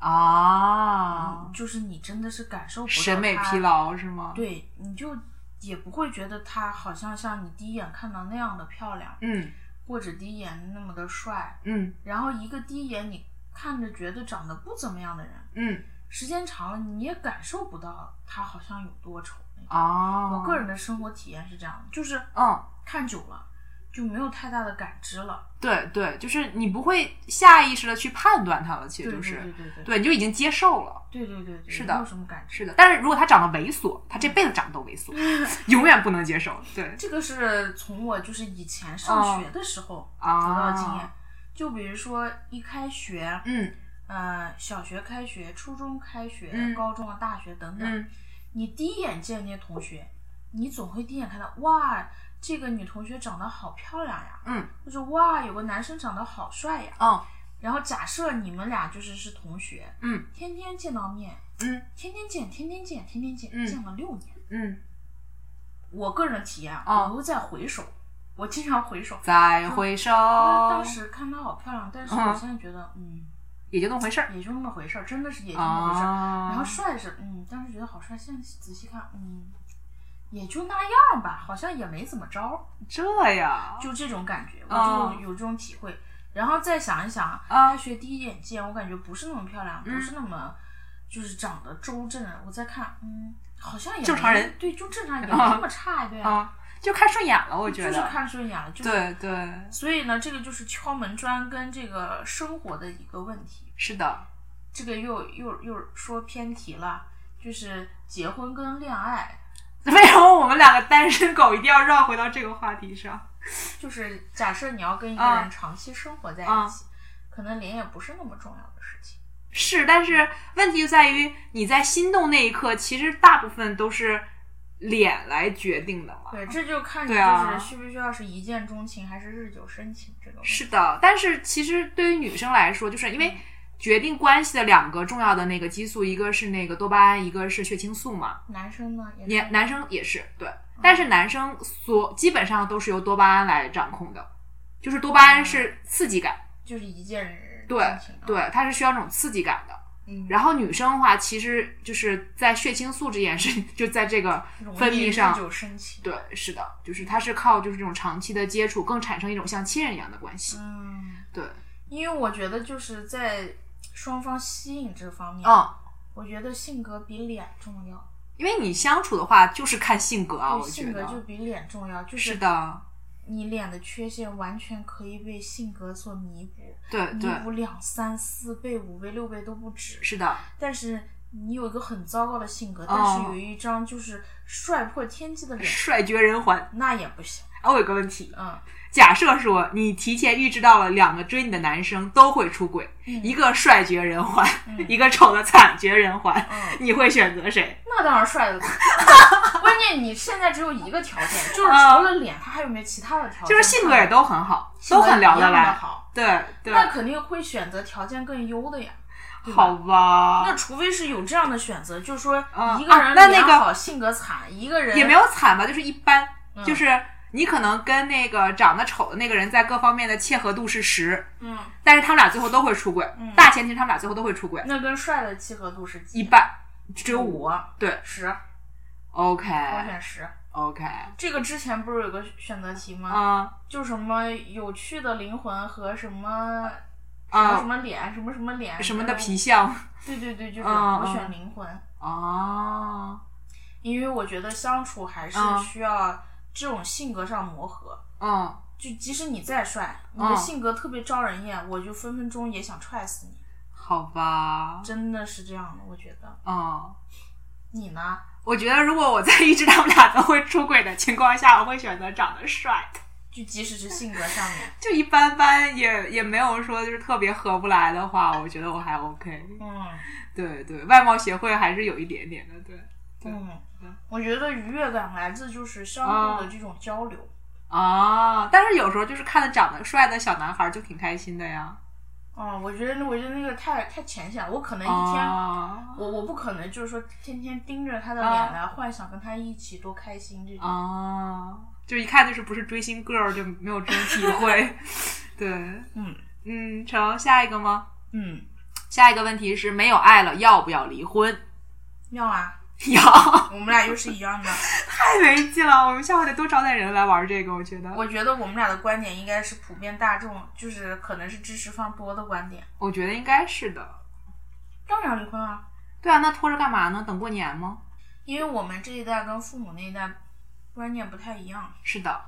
Speaker 3: 他，
Speaker 2: 啊
Speaker 3: 嗯，就是你真的是感受不到
Speaker 2: 哦审美
Speaker 3: 他
Speaker 2: 啊疲劳是吗？
Speaker 3: 对，你就也不会觉得他好像像你第一眼看到那样的漂亮，
Speaker 2: 嗯
Speaker 3: 或者第一眼那么的帅。
Speaker 2: 嗯
Speaker 3: 然后一个第一眼你看着觉得长得不怎么样的人，
Speaker 2: 嗯
Speaker 3: 时间长了你也感受不到他好像有多丑那种。
Speaker 2: 啊，
Speaker 3: 我个人的生活体验是这样的，就是
Speaker 2: 嗯。
Speaker 3: 看久了就没有太大的感知了。
Speaker 2: 对对，就是你不会下意识的去判断它了，其实
Speaker 3: 对
Speaker 2: 就
Speaker 3: 对
Speaker 2: 是
Speaker 3: 对对对
Speaker 2: 你就已经接受了。
Speaker 3: 对对对对，
Speaker 2: 是
Speaker 3: 没
Speaker 2: 的
Speaker 3: 有什么感知。
Speaker 2: 是的，但是如果他长得猥琐，他这辈子长得都猥琐，
Speaker 3: 嗯
Speaker 2: 永远不能接受。对
Speaker 3: 这个是从我就是以前
Speaker 2: 哦
Speaker 3: 上学的时候得到的经验。
Speaker 2: 啊，
Speaker 3: 就比如说一开学，
Speaker 2: 嗯
Speaker 3: 呃，小学开学、初中开学、
Speaker 2: 嗯
Speaker 3: 高中啊、大学等等，
Speaker 2: 嗯
Speaker 3: 你第一眼见那些同学，你总会第一眼看到，哇，这个女同学长得好漂亮呀，
Speaker 2: 嗯
Speaker 3: 或者哇，有个男生长得好帅呀。
Speaker 2: 嗯
Speaker 3: 然后假设你们俩就是是同学，
Speaker 2: 嗯，
Speaker 3: 天天见到面，
Speaker 2: 嗯
Speaker 3: 天天见，天天见，天天见，
Speaker 2: 嗯
Speaker 3: 见了六年。
Speaker 2: 嗯，
Speaker 3: 我个人体验，
Speaker 2: 哦
Speaker 3: 我又在回首，我经常回首，
Speaker 2: 再回首，
Speaker 3: 啊当时看她好漂亮，但是我
Speaker 2: 哦嗯
Speaker 3: 现在觉得，嗯，
Speaker 2: 也就那么回事儿
Speaker 3: 也就那么回事儿，真的是也就那么回事儿。
Speaker 2: 啊。
Speaker 3: 然后帅是，嗯，当时觉得好帅，现在仔细看，嗯，也就那样吧，好像也没怎么着，
Speaker 2: 这样，
Speaker 3: 就这种感觉，
Speaker 2: 哦
Speaker 3: 我就有这种体会。然后再想一想，
Speaker 2: 啊
Speaker 3: 大学第一眼见，我感觉不是那么漂亮，
Speaker 2: 嗯
Speaker 3: 不是那么就是长得周正，我再看，嗯，好像也
Speaker 2: 正常
Speaker 3: 没
Speaker 2: 人，
Speaker 3: 对，就正常，也 没
Speaker 2: 啊
Speaker 3: 那么差，对啊，
Speaker 2: 啊，就看顺眼了，我觉
Speaker 3: 就
Speaker 2: 得。
Speaker 3: 是看顺眼了，就是。
Speaker 2: 对对，
Speaker 3: 所以呢，这个就是敲门砖跟这个生活的一个问题。
Speaker 2: 是的，
Speaker 3: 这个又又又说偏题了，就是结婚跟恋爱，
Speaker 2: 为什么我们两个单身狗一定要绕回到这个话题上？
Speaker 3: 就是假设你要跟一个
Speaker 2: 啊
Speaker 3: 人长期生活在一
Speaker 2: 啊
Speaker 3: 起，可能脸也不是那么重要的事情。
Speaker 2: 是，但是问题就在于你在心动那一刻，其实大部分都是脸来决定的嘛。
Speaker 3: 对，这就看你
Speaker 2: 对啊
Speaker 3: 就是需不需要是一见钟情还是日久生情这个问题。
Speaker 2: 是的，但是其实对于女生来说，就是因为
Speaker 3: 嗯
Speaker 2: 决定关系的两个重要的那个激素，一个是那个多巴胺，一个是血清素嘛。
Speaker 3: 男生呢也
Speaker 2: 也
Speaker 3: 是
Speaker 2: 男生也是对，
Speaker 3: 嗯
Speaker 2: 但是男生所基本上都是由多巴胺来掌控的，就是多巴胺
Speaker 3: 嗯
Speaker 2: 是刺激感，
Speaker 3: 就是一见
Speaker 2: 对
Speaker 3: 钟情、啊。，
Speaker 2: 对，它是需要这种刺激感的。
Speaker 3: 嗯，
Speaker 2: 然后女生的话，其实就是在血清素这件事情，就在这个
Speaker 3: 容易
Speaker 2: 分泌上
Speaker 3: 日，久生情。，
Speaker 2: 对，是的，就是它是靠就是这种长期的接触，更产生一种像亲人一样的关系。
Speaker 3: 嗯，
Speaker 2: 对，
Speaker 3: 因为我觉得就是在双方吸引这方面，
Speaker 2: 嗯，
Speaker 3: 我觉得性格比脸重要。
Speaker 2: 因为你相处的话，就是看性格啊，
Speaker 3: 对，
Speaker 2: 我觉
Speaker 3: 性格就
Speaker 2: 得
Speaker 3: 比脸重要，就是
Speaker 2: 的，
Speaker 3: 你脸的缺陷完全可以被性格所弥补。
Speaker 2: 对
Speaker 3: 弥
Speaker 2: 呃对，
Speaker 3: 补两三四倍、五倍、六倍都不止。
Speaker 2: 是的，
Speaker 3: 但是你有一个很糟糕的性格，
Speaker 2: 哦
Speaker 3: 但是有一张就是帅破天际的脸，
Speaker 2: 帅绝人寰。
Speaker 3: 那也不行。
Speaker 2: 啊，我有个问题，
Speaker 3: 嗯，
Speaker 2: 假设说你提前预知到了两个追你的男生都会出轨，一
Speaker 3: 嗯，
Speaker 2: 个帅绝人寰，
Speaker 3: 嗯
Speaker 2: 一个丑的惨绝人寰，
Speaker 3: 嗯
Speaker 2: 你会选择谁？
Speaker 3: 那当然帅 了。关键你现在只有一个条件，就是除
Speaker 2: 啊
Speaker 3: 了脸，他还有没有其他的条件？啊
Speaker 2: 就是性格也都很好，
Speaker 3: 性
Speaker 2: 都
Speaker 3: 格
Speaker 2: 很聊
Speaker 3: 一样
Speaker 2: 得
Speaker 3: 的
Speaker 2: 来。
Speaker 3: 好，
Speaker 2: 对对，
Speaker 3: 那肯定会选择条件更优的呀。对吧
Speaker 2: 好吧
Speaker 3: 那，除非是有这样的选择，就是说
Speaker 2: 嗯
Speaker 3: 一个
Speaker 2: 哦啊
Speaker 3: 人
Speaker 2: 那那
Speaker 3: 脸
Speaker 2: 个
Speaker 3: 好，性格惨，一个人
Speaker 2: 也没有惨吧，就是一般，
Speaker 3: 嗯
Speaker 2: 就是你可能跟那个长得丑的那个人在各方面的切合度是十，
Speaker 3: 嗯，
Speaker 2: 但是他们俩最后都会出轨，
Speaker 3: 嗯
Speaker 2: 大前提是他们俩最后都会出轨，
Speaker 3: 那跟帅的契合度是几
Speaker 2: 一半只有五，
Speaker 3: 五
Speaker 2: 对
Speaker 3: 十，
Speaker 2: OK
Speaker 3: 我选十。
Speaker 2: OK
Speaker 3: 这个之前不是有个选择题吗？
Speaker 2: 啊
Speaker 3: 就什么有趣的灵魂和什么什么什
Speaker 2: 啊
Speaker 3: 么脸什么什么脸
Speaker 2: 什么的
Speaker 3: 这种
Speaker 2: 皮相
Speaker 3: 对对对，就是
Speaker 2: 嗯
Speaker 3: 我
Speaker 2: 嗯
Speaker 3: 选灵魂，
Speaker 2: 啊
Speaker 3: 因为我觉得相处还是
Speaker 2: 嗯
Speaker 3: 需要这种性格上磨合。
Speaker 2: 嗯
Speaker 3: 就即使你再帅，你的
Speaker 2: 嗯
Speaker 3: 性格特别招人厌，我就分分钟也想踹死你。
Speaker 2: 好吧
Speaker 3: 真的是这样的，我觉得。
Speaker 2: 嗯。
Speaker 3: 你呢？
Speaker 2: 我觉得如果我在预知他们俩都会出轨的情况下，我会选择长得帅的，
Speaker 3: 就即使是性格上面，
Speaker 2: 就一般般也，也没有说就是特别合不来的话，我觉得我还 OK。
Speaker 3: 嗯
Speaker 2: 对对，外貌协会还是有一点点的，对 对
Speaker 3: 嗯
Speaker 2: 对，
Speaker 3: 我觉得愉悦感来自就是相互的这种交流。
Speaker 2: 啊。但是有时候就是看着长得帅的小男孩就挺开心的呀。
Speaker 3: 嗯，我觉得我觉得那个太太浅显了，我可能一天。
Speaker 2: 啊
Speaker 3: 我我不可能就是说天天盯着他的
Speaker 2: 啊
Speaker 3: 脸来幻想跟他一起多开心这种。哦
Speaker 2: 啊，就一看就是不是追星 girl 就没有这种体会。 对，
Speaker 3: 嗯
Speaker 2: 嗯，成下一个吗？
Speaker 3: 嗯，
Speaker 2: 下一个问题是没有爱了要不要离婚？
Speaker 3: 要啊，
Speaker 2: 要。
Speaker 3: 我们俩又是一样的。
Speaker 2: 太没劲了，我们下回得多找点人来玩这个，我觉得。我
Speaker 3: 我觉得我们俩的观点应该是普遍大众，就是可能是支持方多的观点。
Speaker 2: 我觉得应该是的。
Speaker 3: 照样离婚啊，
Speaker 2: 对啊，那拖着干嘛呢？等过年吗？
Speaker 3: 因为我们这一代跟父母那一代观念不太一样。
Speaker 2: 是的，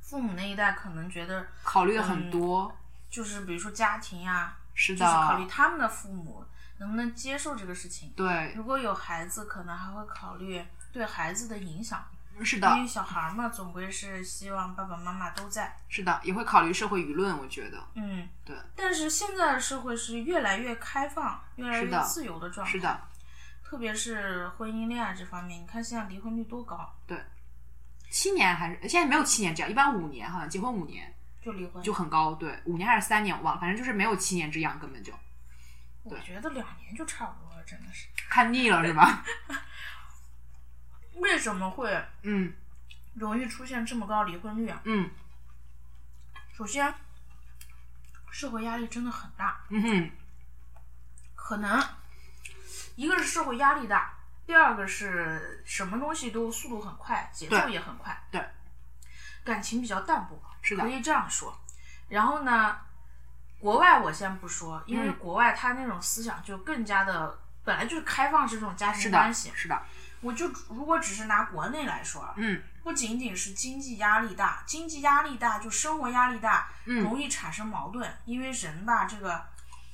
Speaker 3: 父母那一代可能觉得
Speaker 2: 考虑的很多。
Speaker 3: 就是比如说家庭呀、
Speaker 2: 是
Speaker 3: 就是嗯考虑
Speaker 2: 的，
Speaker 3: 他们的父母能不能接受这个事情。
Speaker 2: 对，
Speaker 3: 如果有孩子，可能还会考虑对孩子的影响。
Speaker 2: 是
Speaker 3: 因
Speaker 2: 的，
Speaker 3: 为小孩儿嘛，总归是希望爸爸妈妈都在。
Speaker 2: 是的，也会考虑社会舆论，我觉得。
Speaker 3: 嗯，
Speaker 2: 对。
Speaker 3: 但是现在的社会是越来越开放、越来
Speaker 2: 是的
Speaker 3: 越自由的状态，
Speaker 2: 是的，
Speaker 3: 特别是婚姻恋爱这方面，你看现在离婚率多高，
Speaker 2: 七年还是现在没有七年这样，一般五年好像结婚五年
Speaker 3: 就离婚。
Speaker 2: 就很高，对，五年还是三年我忘了，反正就是没有七年之痒，根本就
Speaker 3: 我觉得两年就差不多了，真的是。
Speaker 2: 看腻了是吧？
Speaker 3: 为什么会
Speaker 2: 嗯
Speaker 3: 容易出现这么高离婚率啊？
Speaker 2: 嗯
Speaker 3: 首先，社会压力真的很大，
Speaker 2: 嗯哼
Speaker 3: 可能一个是社会压力大，第二个是什么东西都速度很快，节奏
Speaker 2: 对
Speaker 3: 也很快，
Speaker 2: 对，
Speaker 3: 感情比较淡薄，
Speaker 2: 是的
Speaker 3: 可以这样说。然后呢，国外我先不说，因为
Speaker 2: 嗯
Speaker 3: 国外他那种思想就更加的。本来就是开放式这种家
Speaker 2: 是
Speaker 3: 庭
Speaker 2: 的，
Speaker 3: 关系，
Speaker 2: 是的，
Speaker 3: 我就如果只是拿国内来说啊，
Speaker 2: 嗯
Speaker 3: 不仅仅是经济压力大，经济压力大就生活压力大，
Speaker 2: 嗯，
Speaker 3: 容易产生矛盾，因为人吧，这个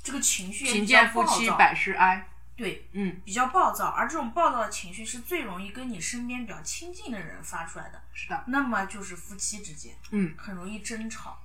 Speaker 3: 这个情绪也
Speaker 2: 贫
Speaker 3: 比较
Speaker 2: 贱夫
Speaker 3: 暴
Speaker 2: 妻
Speaker 3: 躁
Speaker 2: 百事哀，
Speaker 3: 对
Speaker 2: 嗯，
Speaker 3: 比较暴躁，而这种暴躁的情绪是最容易跟你身边比较亲近的人发出来的，
Speaker 2: 是的，
Speaker 3: 那么就是夫妻之间
Speaker 2: 嗯
Speaker 3: 很容易争吵。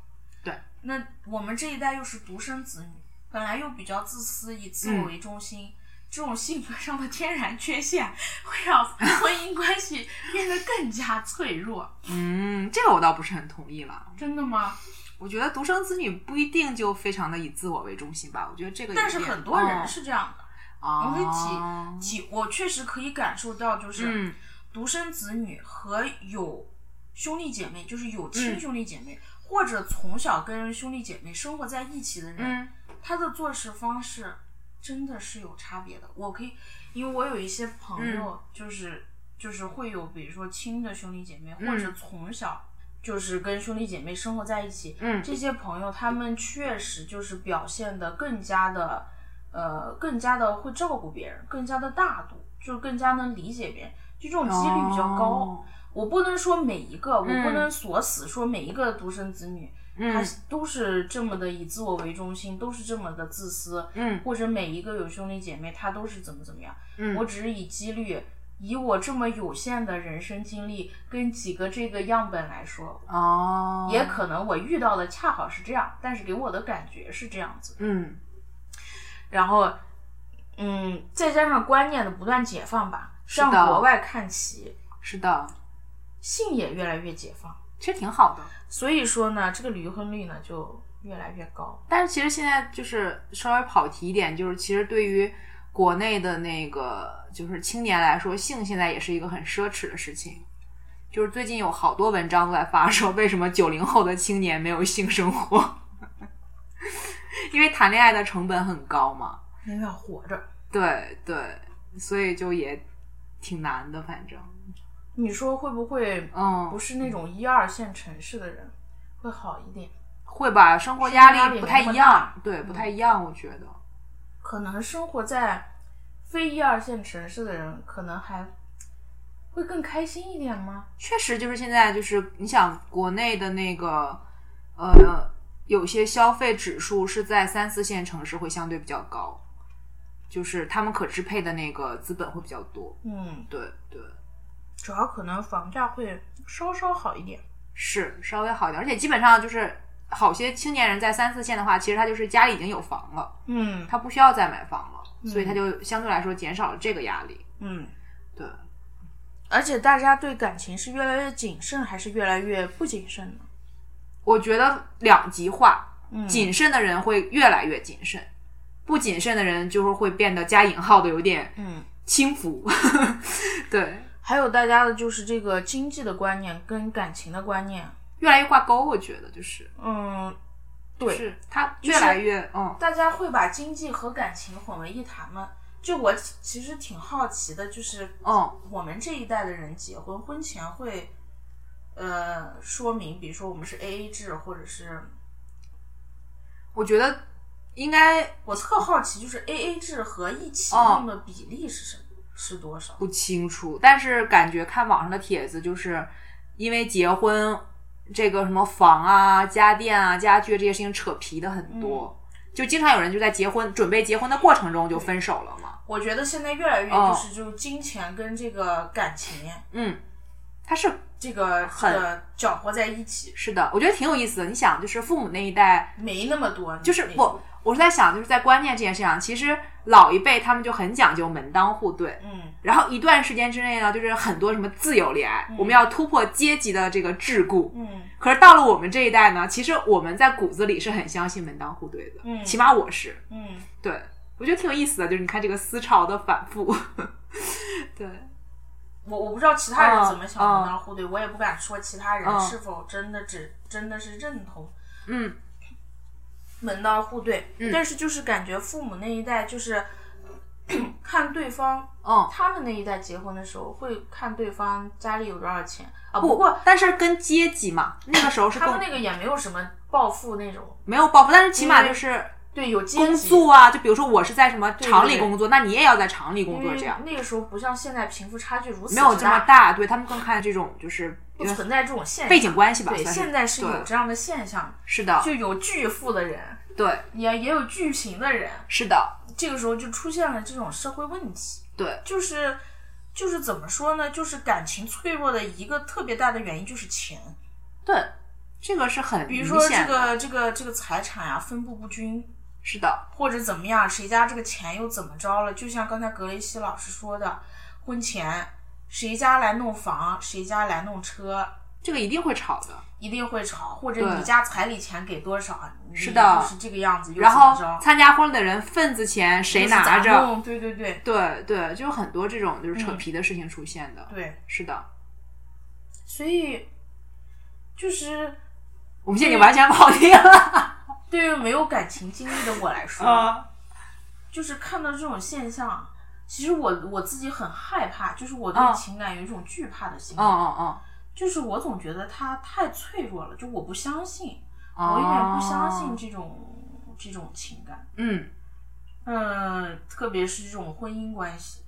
Speaker 2: 对，
Speaker 3: 那我们这一代又是独生子女，本来又比较自私，以自
Speaker 2: 嗯
Speaker 3: 我为中心。这种性格上的天然缺陷会让婚姻关系变得更加脆弱。
Speaker 2: 嗯，这个我倒不是很同意了。
Speaker 3: 真的吗？
Speaker 2: 我觉得独生子女不一定就非常的以自我为中心吧，我觉得这个有
Speaker 3: 但是
Speaker 2: 点
Speaker 3: 很多人是这样的。
Speaker 2: 哦
Speaker 3: 我可以
Speaker 2: 哦
Speaker 3: 几几，我确实可以感受到，就是
Speaker 2: 嗯
Speaker 3: 独生子女和有兄弟姐妹，就是有亲
Speaker 2: 嗯
Speaker 3: 兄弟姐妹，或者从小跟兄弟姐妹生活在一起的人，
Speaker 2: 嗯
Speaker 3: 他的做事方式真的是有差别的。我可以，因为我有一些朋
Speaker 2: 嗯
Speaker 3: 友，就是、就是会有，比如说亲的兄弟姐妹，
Speaker 2: 嗯
Speaker 3: 或者从小就是跟兄弟姐妹生活在一起，
Speaker 2: 嗯
Speaker 3: 这些朋友他们确实就是表现的更加的，呃，更加的会照顾别人，更加的大度，就更加能理解别人，就这种几率比较高。
Speaker 2: 哦
Speaker 3: 我不能说每一个，我
Speaker 2: 嗯
Speaker 3: 不能锁死说每一个独生子女，他
Speaker 2: 嗯
Speaker 3: 都是这么的以自我为中心，都是这么的自私，
Speaker 2: 嗯
Speaker 3: 或者每一个有兄弟姐妹他都是怎么怎么样。
Speaker 2: 嗯，
Speaker 3: 我只是以几率，以我这么有限的人生经历跟几个这个样本来说，
Speaker 2: 哦
Speaker 3: 也可能我遇到的恰好是这样，但是给我的感觉是这样子。
Speaker 2: 嗯
Speaker 3: 然后，嗯，再加上观念的不断解放吧，
Speaker 2: 是的
Speaker 3: 向国外看齐，
Speaker 2: 是的，
Speaker 3: 性也越来越解放，
Speaker 2: 其实挺好的。
Speaker 3: 所以说呢，这个离婚率呢就越来越高。
Speaker 2: 但是其实现在就是稍微跑题一点，就是其实对于国内的那个就是青年来说，性现在也是一个很奢侈的事情。就是最近有好多文章都在发说，为什么九零后的青年没有性生活？ 因为谈恋爱的成本很高嘛。
Speaker 3: 因为要活着，
Speaker 2: 对对，所以就也挺难的，反正
Speaker 3: 你说会不会不
Speaker 2: 嗯，
Speaker 3: 是那种一二线城市的人会好一点？
Speaker 2: 会吧，生活压
Speaker 3: 生活压
Speaker 2: 力
Speaker 3: 力
Speaker 2: 不太
Speaker 3: 没那么
Speaker 2: 一
Speaker 3: 大
Speaker 2: 样，对，不太一样，我觉得。
Speaker 3: 可能生活在非一二线城市的人，可能还会更开心一点吗？
Speaker 2: 确实就是现在就是你想国内的那个呃，有些消费指数是在三四线城市会相对比较高，就是他们可支配的那个资本会比较多。
Speaker 3: 嗯，
Speaker 2: 对对，
Speaker 3: 主要可能房价会稍稍好一点。
Speaker 2: 是稍微好一点，而且基本上就是好些青年人在三四线的话，其实他就是家里已经有房了，
Speaker 3: 嗯
Speaker 2: 他不需要再买房了，
Speaker 3: 嗯
Speaker 2: 所以他就相对来说减少了这个压力。
Speaker 3: 嗯，
Speaker 2: 对，
Speaker 3: 而且大家对感情是越来越谨慎，还是越来越不谨慎呢？
Speaker 2: 我觉得两极化，
Speaker 3: 嗯，
Speaker 2: 谨慎的人会越来越谨慎，不谨慎的人就是会变得加引号的有点
Speaker 3: 嗯，
Speaker 2: 轻浮。 对，
Speaker 3: 还有大家的就是这个经济的观念跟感情的观念，
Speaker 2: 越来越挂钩，我觉得就是
Speaker 3: 嗯，对，
Speaker 2: 是他
Speaker 3: 就是
Speaker 2: 越来越嗯，
Speaker 3: 大家会把经济和感情混为一谈吗？就我其实挺好奇的，就是哦
Speaker 2: 嗯，
Speaker 3: 我们这一代的人结婚婚前会，呃，说明，比如说我们是 A A 制，或者是
Speaker 2: 我觉得应该
Speaker 3: 我特好奇，就是 A A 制和一起
Speaker 2: 哦
Speaker 3: 用的比例是什么？是多少？
Speaker 2: 不清楚，但是感觉看网上的帖子，就是因为结婚这个什么房啊、家电啊、家具这些事情扯皮的很多，就经常有人就在结婚准备结婚的过程中就分手了嘛。
Speaker 3: 我觉得现在越来越
Speaker 2: 哦
Speaker 3: 就是就金钱跟这个感情、
Speaker 2: 嗯，他是
Speaker 3: 这个这
Speaker 2: 很
Speaker 3: 个搅和在一起，
Speaker 2: 是的，我觉得挺有意思的。你想，就是父母那一代
Speaker 3: 没那么多，
Speaker 2: 就是
Speaker 3: 那
Speaker 2: 不，我是在想，就是在观念这件事上，其实老一辈他们就很讲究门当户对。
Speaker 3: 嗯
Speaker 2: 然后一段时间之内呢，就是很多什么自由恋爱，我们要突破阶级的这个桎梏。
Speaker 3: 嗯
Speaker 2: 可是到了我们这一代呢，其实我们在骨子里是很相信门当户对的，
Speaker 3: 嗯
Speaker 2: 起码我是。
Speaker 3: 嗯，
Speaker 2: 对，我觉得挺有意思的，就是你看这个思潮的反复。 对，
Speaker 3: 我我不知道其他人
Speaker 2: 哦
Speaker 3: 怎么想门
Speaker 2: 哦
Speaker 3: 当户对，我也不敢说其他人
Speaker 2: 哦
Speaker 3: 是否真的只真的是认同
Speaker 2: 嗯，
Speaker 3: 门当户对，
Speaker 2: 嗯
Speaker 3: 但是就是感觉父母那一代就是。 看对方，
Speaker 2: 嗯，
Speaker 3: 他们那一代结婚的时候会看对方家里有多少钱啊。
Speaker 2: 不
Speaker 3: 不过
Speaker 2: 但是跟阶级嘛，那个时候是
Speaker 3: 他
Speaker 2: 更
Speaker 3: 们那个也没有什么暴富那种，
Speaker 2: 没有报复，但是起码
Speaker 3: 因为
Speaker 2: 就是
Speaker 3: 对，有阶级
Speaker 2: 工作啊，就比如说我是在什么
Speaker 3: 对嗯
Speaker 2: 厂里
Speaker 3: 对
Speaker 2: 工作，那你也要在厂里工
Speaker 3: 因
Speaker 2: 作，
Speaker 3: 为
Speaker 2: 这样
Speaker 3: 那个时候不像现在贫富差距如此
Speaker 2: 嗯没有
Speaker 3: 之
Speaker 2: 这么
Speaker 3: 大，
Speaker 2: 大，对他们更看这种就是
Speaker 3: 不存在这种现象。
Speaker 2: 背景关系吧，
Speaker 3: 对，
Speaker 2: 算
Speaker 3: 现在是有
Speaker 2: 对
Speaker 3: 这样的现象，
Speaker 2: 是的，
Speaker 3: 就有巨富的人，
Speaker 2: 对，
Speaker 3: 也也有巨贫的人，
Speaker 2: 是的，
Speaker 3: 这个时候就出现了这种社会问题，
Speaker 2: 对，
Speaker 3: 就是就是怎么说呢？就是感情脆弱的一个特别大的原因就是钱，
Speaker 2: 对，这个是很
Speaker 3: 比
Speaker 2: 明
Speaker 3: 如
Speaker 2: 显
Speaker 3: 说
Speaker 2: 的，
Speaker 3: 这个这个这个财产啊分布不均，
Speaker 2: 是的，
Speaker 3: 或者怎么样，谁家这个钱又怎么着了？就像刚才格雷西老师说的，婚前谁家来弄房，谁家来弄车，
Speaker 2: 这个一定会吵的。
Speaker 3: 一定会吵，或者
Speaker 2: 对
Speaker 3: 你家彩礼钱给多少，你
Speaker 2: 是的
Speaker 3: 就是这个样子，又
Speaker 2: 然后
Speaker 3: 怎么着
Speaker 2: 参加婚礼的人份子钱谁拿？
Speaker 3: 就是咋
Speaker 2: 着？
Speaker 3: 弄对对对
Speaker 2: 对对，就有很多这种就是扯
Speaker 3: 嗯
Speaker 2: 皮的事情出现的。
Speaker 3: 对，
Speaker 2: 是的，
Speaker 3: 所以就是
Speaker 2: 我们现在已经完全跑题了。
Speaker 3: 对于没有感情经历的我来说，
Speaker 2: 啊
Speaker 3: 就是看到这种现象，其实我我自己很害怕，就是我
Speaker 2: 嗯
Speaker 3: 对情感有一种惧怕的心
Speaker 2: 嗯
Speaker 3: 理，
Speaker 2: 嗯嗯
Speaker 3: 就是我总觉得它太脆弱了，就我不相信，
Speaker 2: 嗯，
Speaker 3: 我有点不相信
Speaker 2: 哦。
Speaker 3: 这种这种情感，
Speaker 2: 嗯，
Speaker 3: 嗯，特别是这种婚姻关系，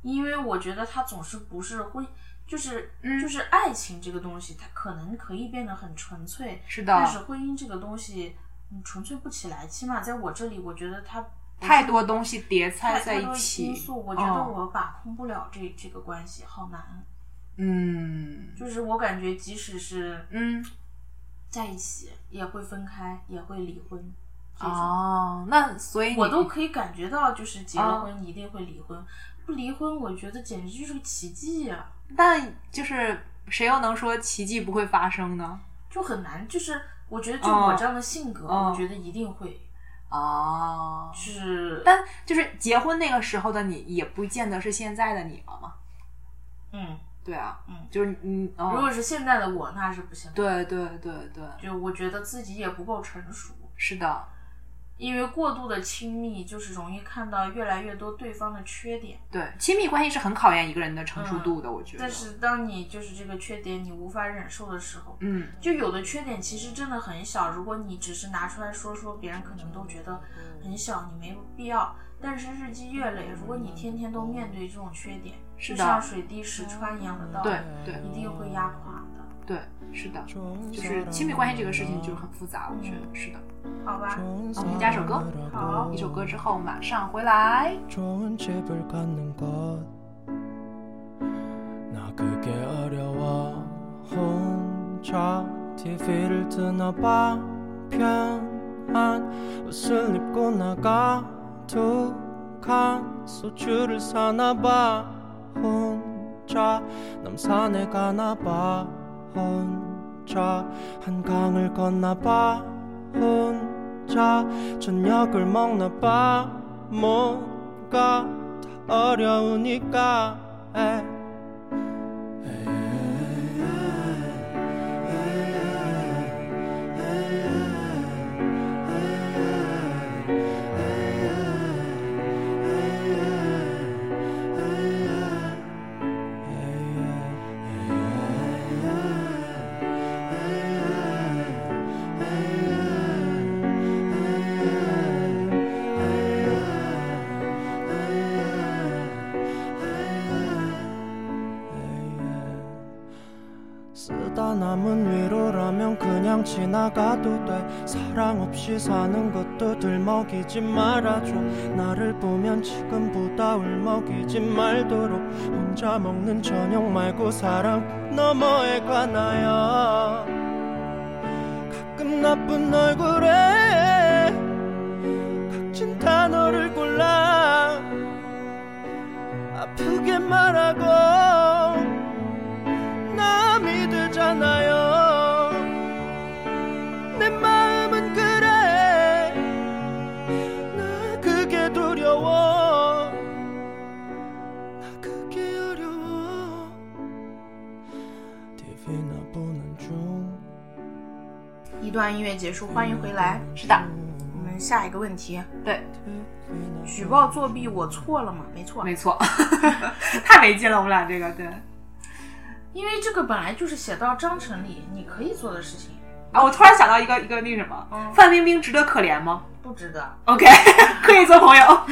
Speaker 3: 因为我觉得它总是不是婚。就是
Speaker 2: 嗯
Speaker 3: 就是爱情这个东西，它可能可以变得很纯粹，
Speaker 2: 是
Speaker 3: 但
Speaker 2: 的
Speaker 3: 是，婚姻这个东西，嗯，纯粹不起来。起码在我这里，我觉得它不
Speaker 2: 太
Speaker 3: 是
Speaker 2: 多东西叠
Speaker 3: 太
Speaker 2: 掺在
Speaker 3: 太
Speaker 2: 一
Speaker 3: 多因
Speaker 2: 起。
Speaker 3: 素，我觉得
Speaker 2: 嗯
Speaker 3: 我把控不了这这个关系，好难。
Speaker 2: 嗯
Speaker 3: 就是我感觉，即使是
Speaker 2: 嗯，
Speaker 3: 在一起，也会分开，也会离婚。这种
Speaker 2: 哦，那所以你
Speaker 3: 我都可以感觉到，就是结
Speaker 2: 哦
Speaker 3: 了婚一定会离婚，不离婚，我觉得简直就是个奇迹呀、
Speaker 2: 但就是谁又能说奇迹不会发生呢？
Speaker 3: 就很难。就是我觉得，就
Speaker 2: 嗯
Speaker 3: 我这样的性格，
Speaker 2: 嗯
Speaker 3: 我觉得一定会。
Speaker 2: 哦
Speaker 3: 就，是，
Speaker 2: 但就是结婚那个时候的你，也不见得是现在的你了嘛。
Speaker 3: 嗯，
Speaker 2: 对啊，
Speaker 3: 嗯
Speaker 2: 就是你，嗯、
Speaker 3: 如果是现在的我，那是不行的。
Speaker 2: 对对对对，
Speaker 3: 就我觉得自己也不够成熟，
Speaker 2: 是的，
Speaker 3: 因为过度的亲密，就是容易看到越来越多对方的缺点。
Speaker 2: 对，亲密关系是很考验一个人的成熟度的，我觉得。
Speaker 3: 但嗯是当你就是这个缺点你无法忍受的时候，
Speaker 2: 嗯，
Speaker 3: 就有的缺点其实真的很小，如果你只是拿出来说说，别人可能都觉得很小，你没必要。但是日积月累，如果你天天都面对这种缺点，
Speaker 2: 是
Speaker 3: 就
Speaker 2: 的
Speaker 3: 像水滴石穿一样的道理
Speaker 2: 对，对
Speaker 3: 一定会压垮的，
Speaker 2: 对，是的，就是亲密关系这个事情就是很复杂，我觉得是的。
Speaker 3: 好吧？
Speaker 2: 那我们加首歌，
Speaker 3: 好
Speaker 2: 一首歌之后马上回来。
Speaker 4: 좋은 집을 갖는 것 나 그게 어려워 혼자 TV를 뜨나 봐 편한 옷을 입고 나가 두 칸 소주를 사나 봐 혼자 남산에 가나 봐 혼자 한강을 건너 봐 혼자 저녁을 먹나 봐 뭔가 다 어려우니까 에. 쓰다 남은 위로라면 그냥 지나가도 돼 사랑 없이 사는 것도 들먹이지 말아줘 나를 보면 지금보다 울먹이지 말도록 혼자 먹는 저녁 말고 사랑 너머에 가나요 가끔 나쁜 얼굴에 각진 단어를 골라 아프게 말하고 남이 되잖아요. 내 마음은 그래. 나 그게 두려워. 나 그게 어려워. TV나 보는 중.
Speaker 3: 一段音乐结束，欢迎回来。
Speaker 2: 是的，
Speaker 3: 我们下一个问题，
Speaker 2: 对，
Speaker 3: 举报作弊，我错了吗？没错，
Speaker 2: 没错， 太没劲了，我们俩这个对。
Speaker 3: 因为这个本来就是写到章程里你可以做的事情，
Speaker 2: 啊，我突然想到一个一个那什
Speaker 3: 哦
Speaker 2: 么，范冰冰值得可怜吗
Speaker 3: 不值得。
Speaker 2: ？OK，可
Speaker 3: 哦
Speaker 2: 以做 朋友。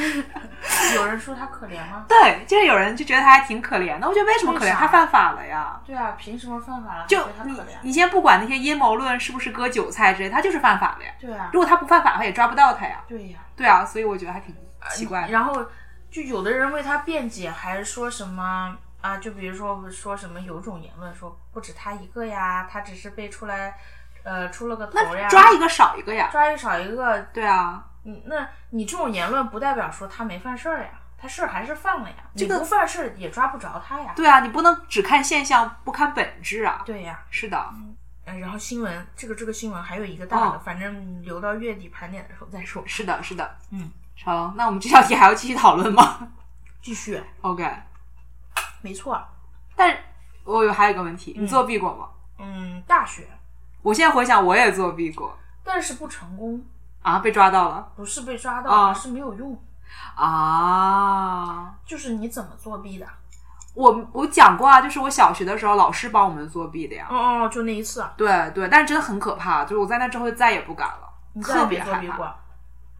Speaker 3: 有人说他可怜吗？
Speaker 2: 对，就是有人就觉得他还挺可怜的，我觉得为什么可
Speaker 3: 为
Speaker 2: 怜？
Speaker 3: 啥
Speaker 2: 他犯法了呀。
Speaker 3: 对啊，凭什么犯法了？
Speaker 2: 就
Speaker 3: 还觉得他
Speaker 2: 你
Speaker 3: 可怜？
Speaker 2: 你先不管那些阴谋论是不是割韭菜之类，他就是犯法了呀。
Speaker 3: 对啊
Speaker 2: 如，果他不犯法，他也抓不到他呀。
Speaker 3: 对呀、
Speaker 2: 对啊，所以我觉得还挺奇怪的。
Speaker 3: 然后就有的人为他辩解，还说什么啊？就比如说说什么有种言论说不止他一个呀，他只是被出来呃出了个头呀，
Speaker 2: 那抓一个少一个呀。
Speaker 3: 抓一个少一个。
Speaker 2: 对啊，
Speaker 3: 嗯那你这种言论不代表说他没犯事儿呀，他事儿还是犯了呀。
Speaker 2: 这个
Speaker 3: 你不犯事儿也抓不着他呀。
Speaker 2: 对啊，你不能只看现象不看本质啊。
Speaker 3: 对呀、
Speaker 2: 是的，
Speaker 3: 呃然后新闻这个这个新闻还有一个大的，
Speaker 2: 哦
Speaker 3: 反正留到月底盘点的时候再说。
Speaker 2: 是的，是的。
Speaker 3: 嗯，
Speaker 2: 成，那我们这道题还要继续讨论吗
Speaker 3: 继续，
Speaker 2: ？OK，
Speaker 3: 没错，
Speaker 2: 但是我有还有一个问题，你
Speaker 3: 嗯
Speaker 2: 作弊过吗？
Speaker 3: 嗯，大学，
Speaker 2: 我现在回想，我也作弊过
Speaker 3: 但是不成功，
Speaker 2: 啊，被抓到了
Speaker 3: 不是被抓到，
Speaker 2: 啊
Speaker 3: 而是没有用，
Speaker 2: 啊。
Speaker 3: 就是你怎么作弊的。
Speaker 2: 我我讲过啊，就是我小学的时候，老师帮我们作弊的呀。
Speaker 3: 哦哦，就那一次，
Speaker 2: 对对，但是真的很可怕，就是我在那之后再也不敢了，
Speaker 3: 你再也
Speaker 2: 特
Speaker 3: 没
Speaker 2: 别
Speaker 3: 作
Speaker 2: 害
Speaker 3: 弊
Speaker 2: 怕。
Speaker 3: 过。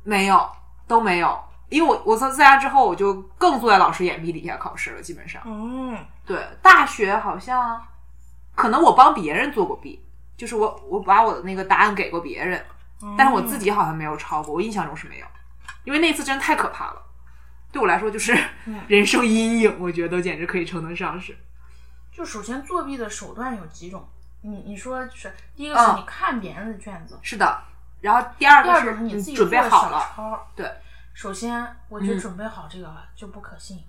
Speaker 2: 没有，都没有。因为我我从在家之后，我就更坐在老师眼皮底下考试了，基本上。
Speaker 3: 嗯，
Speaker 2: 对，大学好像可能我帮别人做过弊，就是我我把我的那个答案给过别人，
Speaker 3: 嗯
Speaker 2: 但是我自己好像没有抄过，我印象中是没有，因为那次真的太可怕了，对我来说就是
Speaker 3: 嗯
Speaker 2: 人生阴影，我觉得简直可以称得上是。
Speaker 3: 就首先作弊的手段有几种，你你说就是第一个是
Speaker 2: 嗯
Speaker 3: 你看别人的卷子，
Speaker 2: 是的，然后第二
Speaker 3: 第
Speaker 2: 个
Speaker 3: 二
Speaker 2: 是
Speaker 3: 种是你自己
Speaker 2: 准备
Speaker 3: 做
Speaker 2: 好
Speaker 3: 小
Speaker 2: 了
Speaker 3: 抄。
Speaker 2: 对，
Speaker 3: 首先我觉
Speaker 2: 嗯
Speaker 3: 得准备好这个就不可信。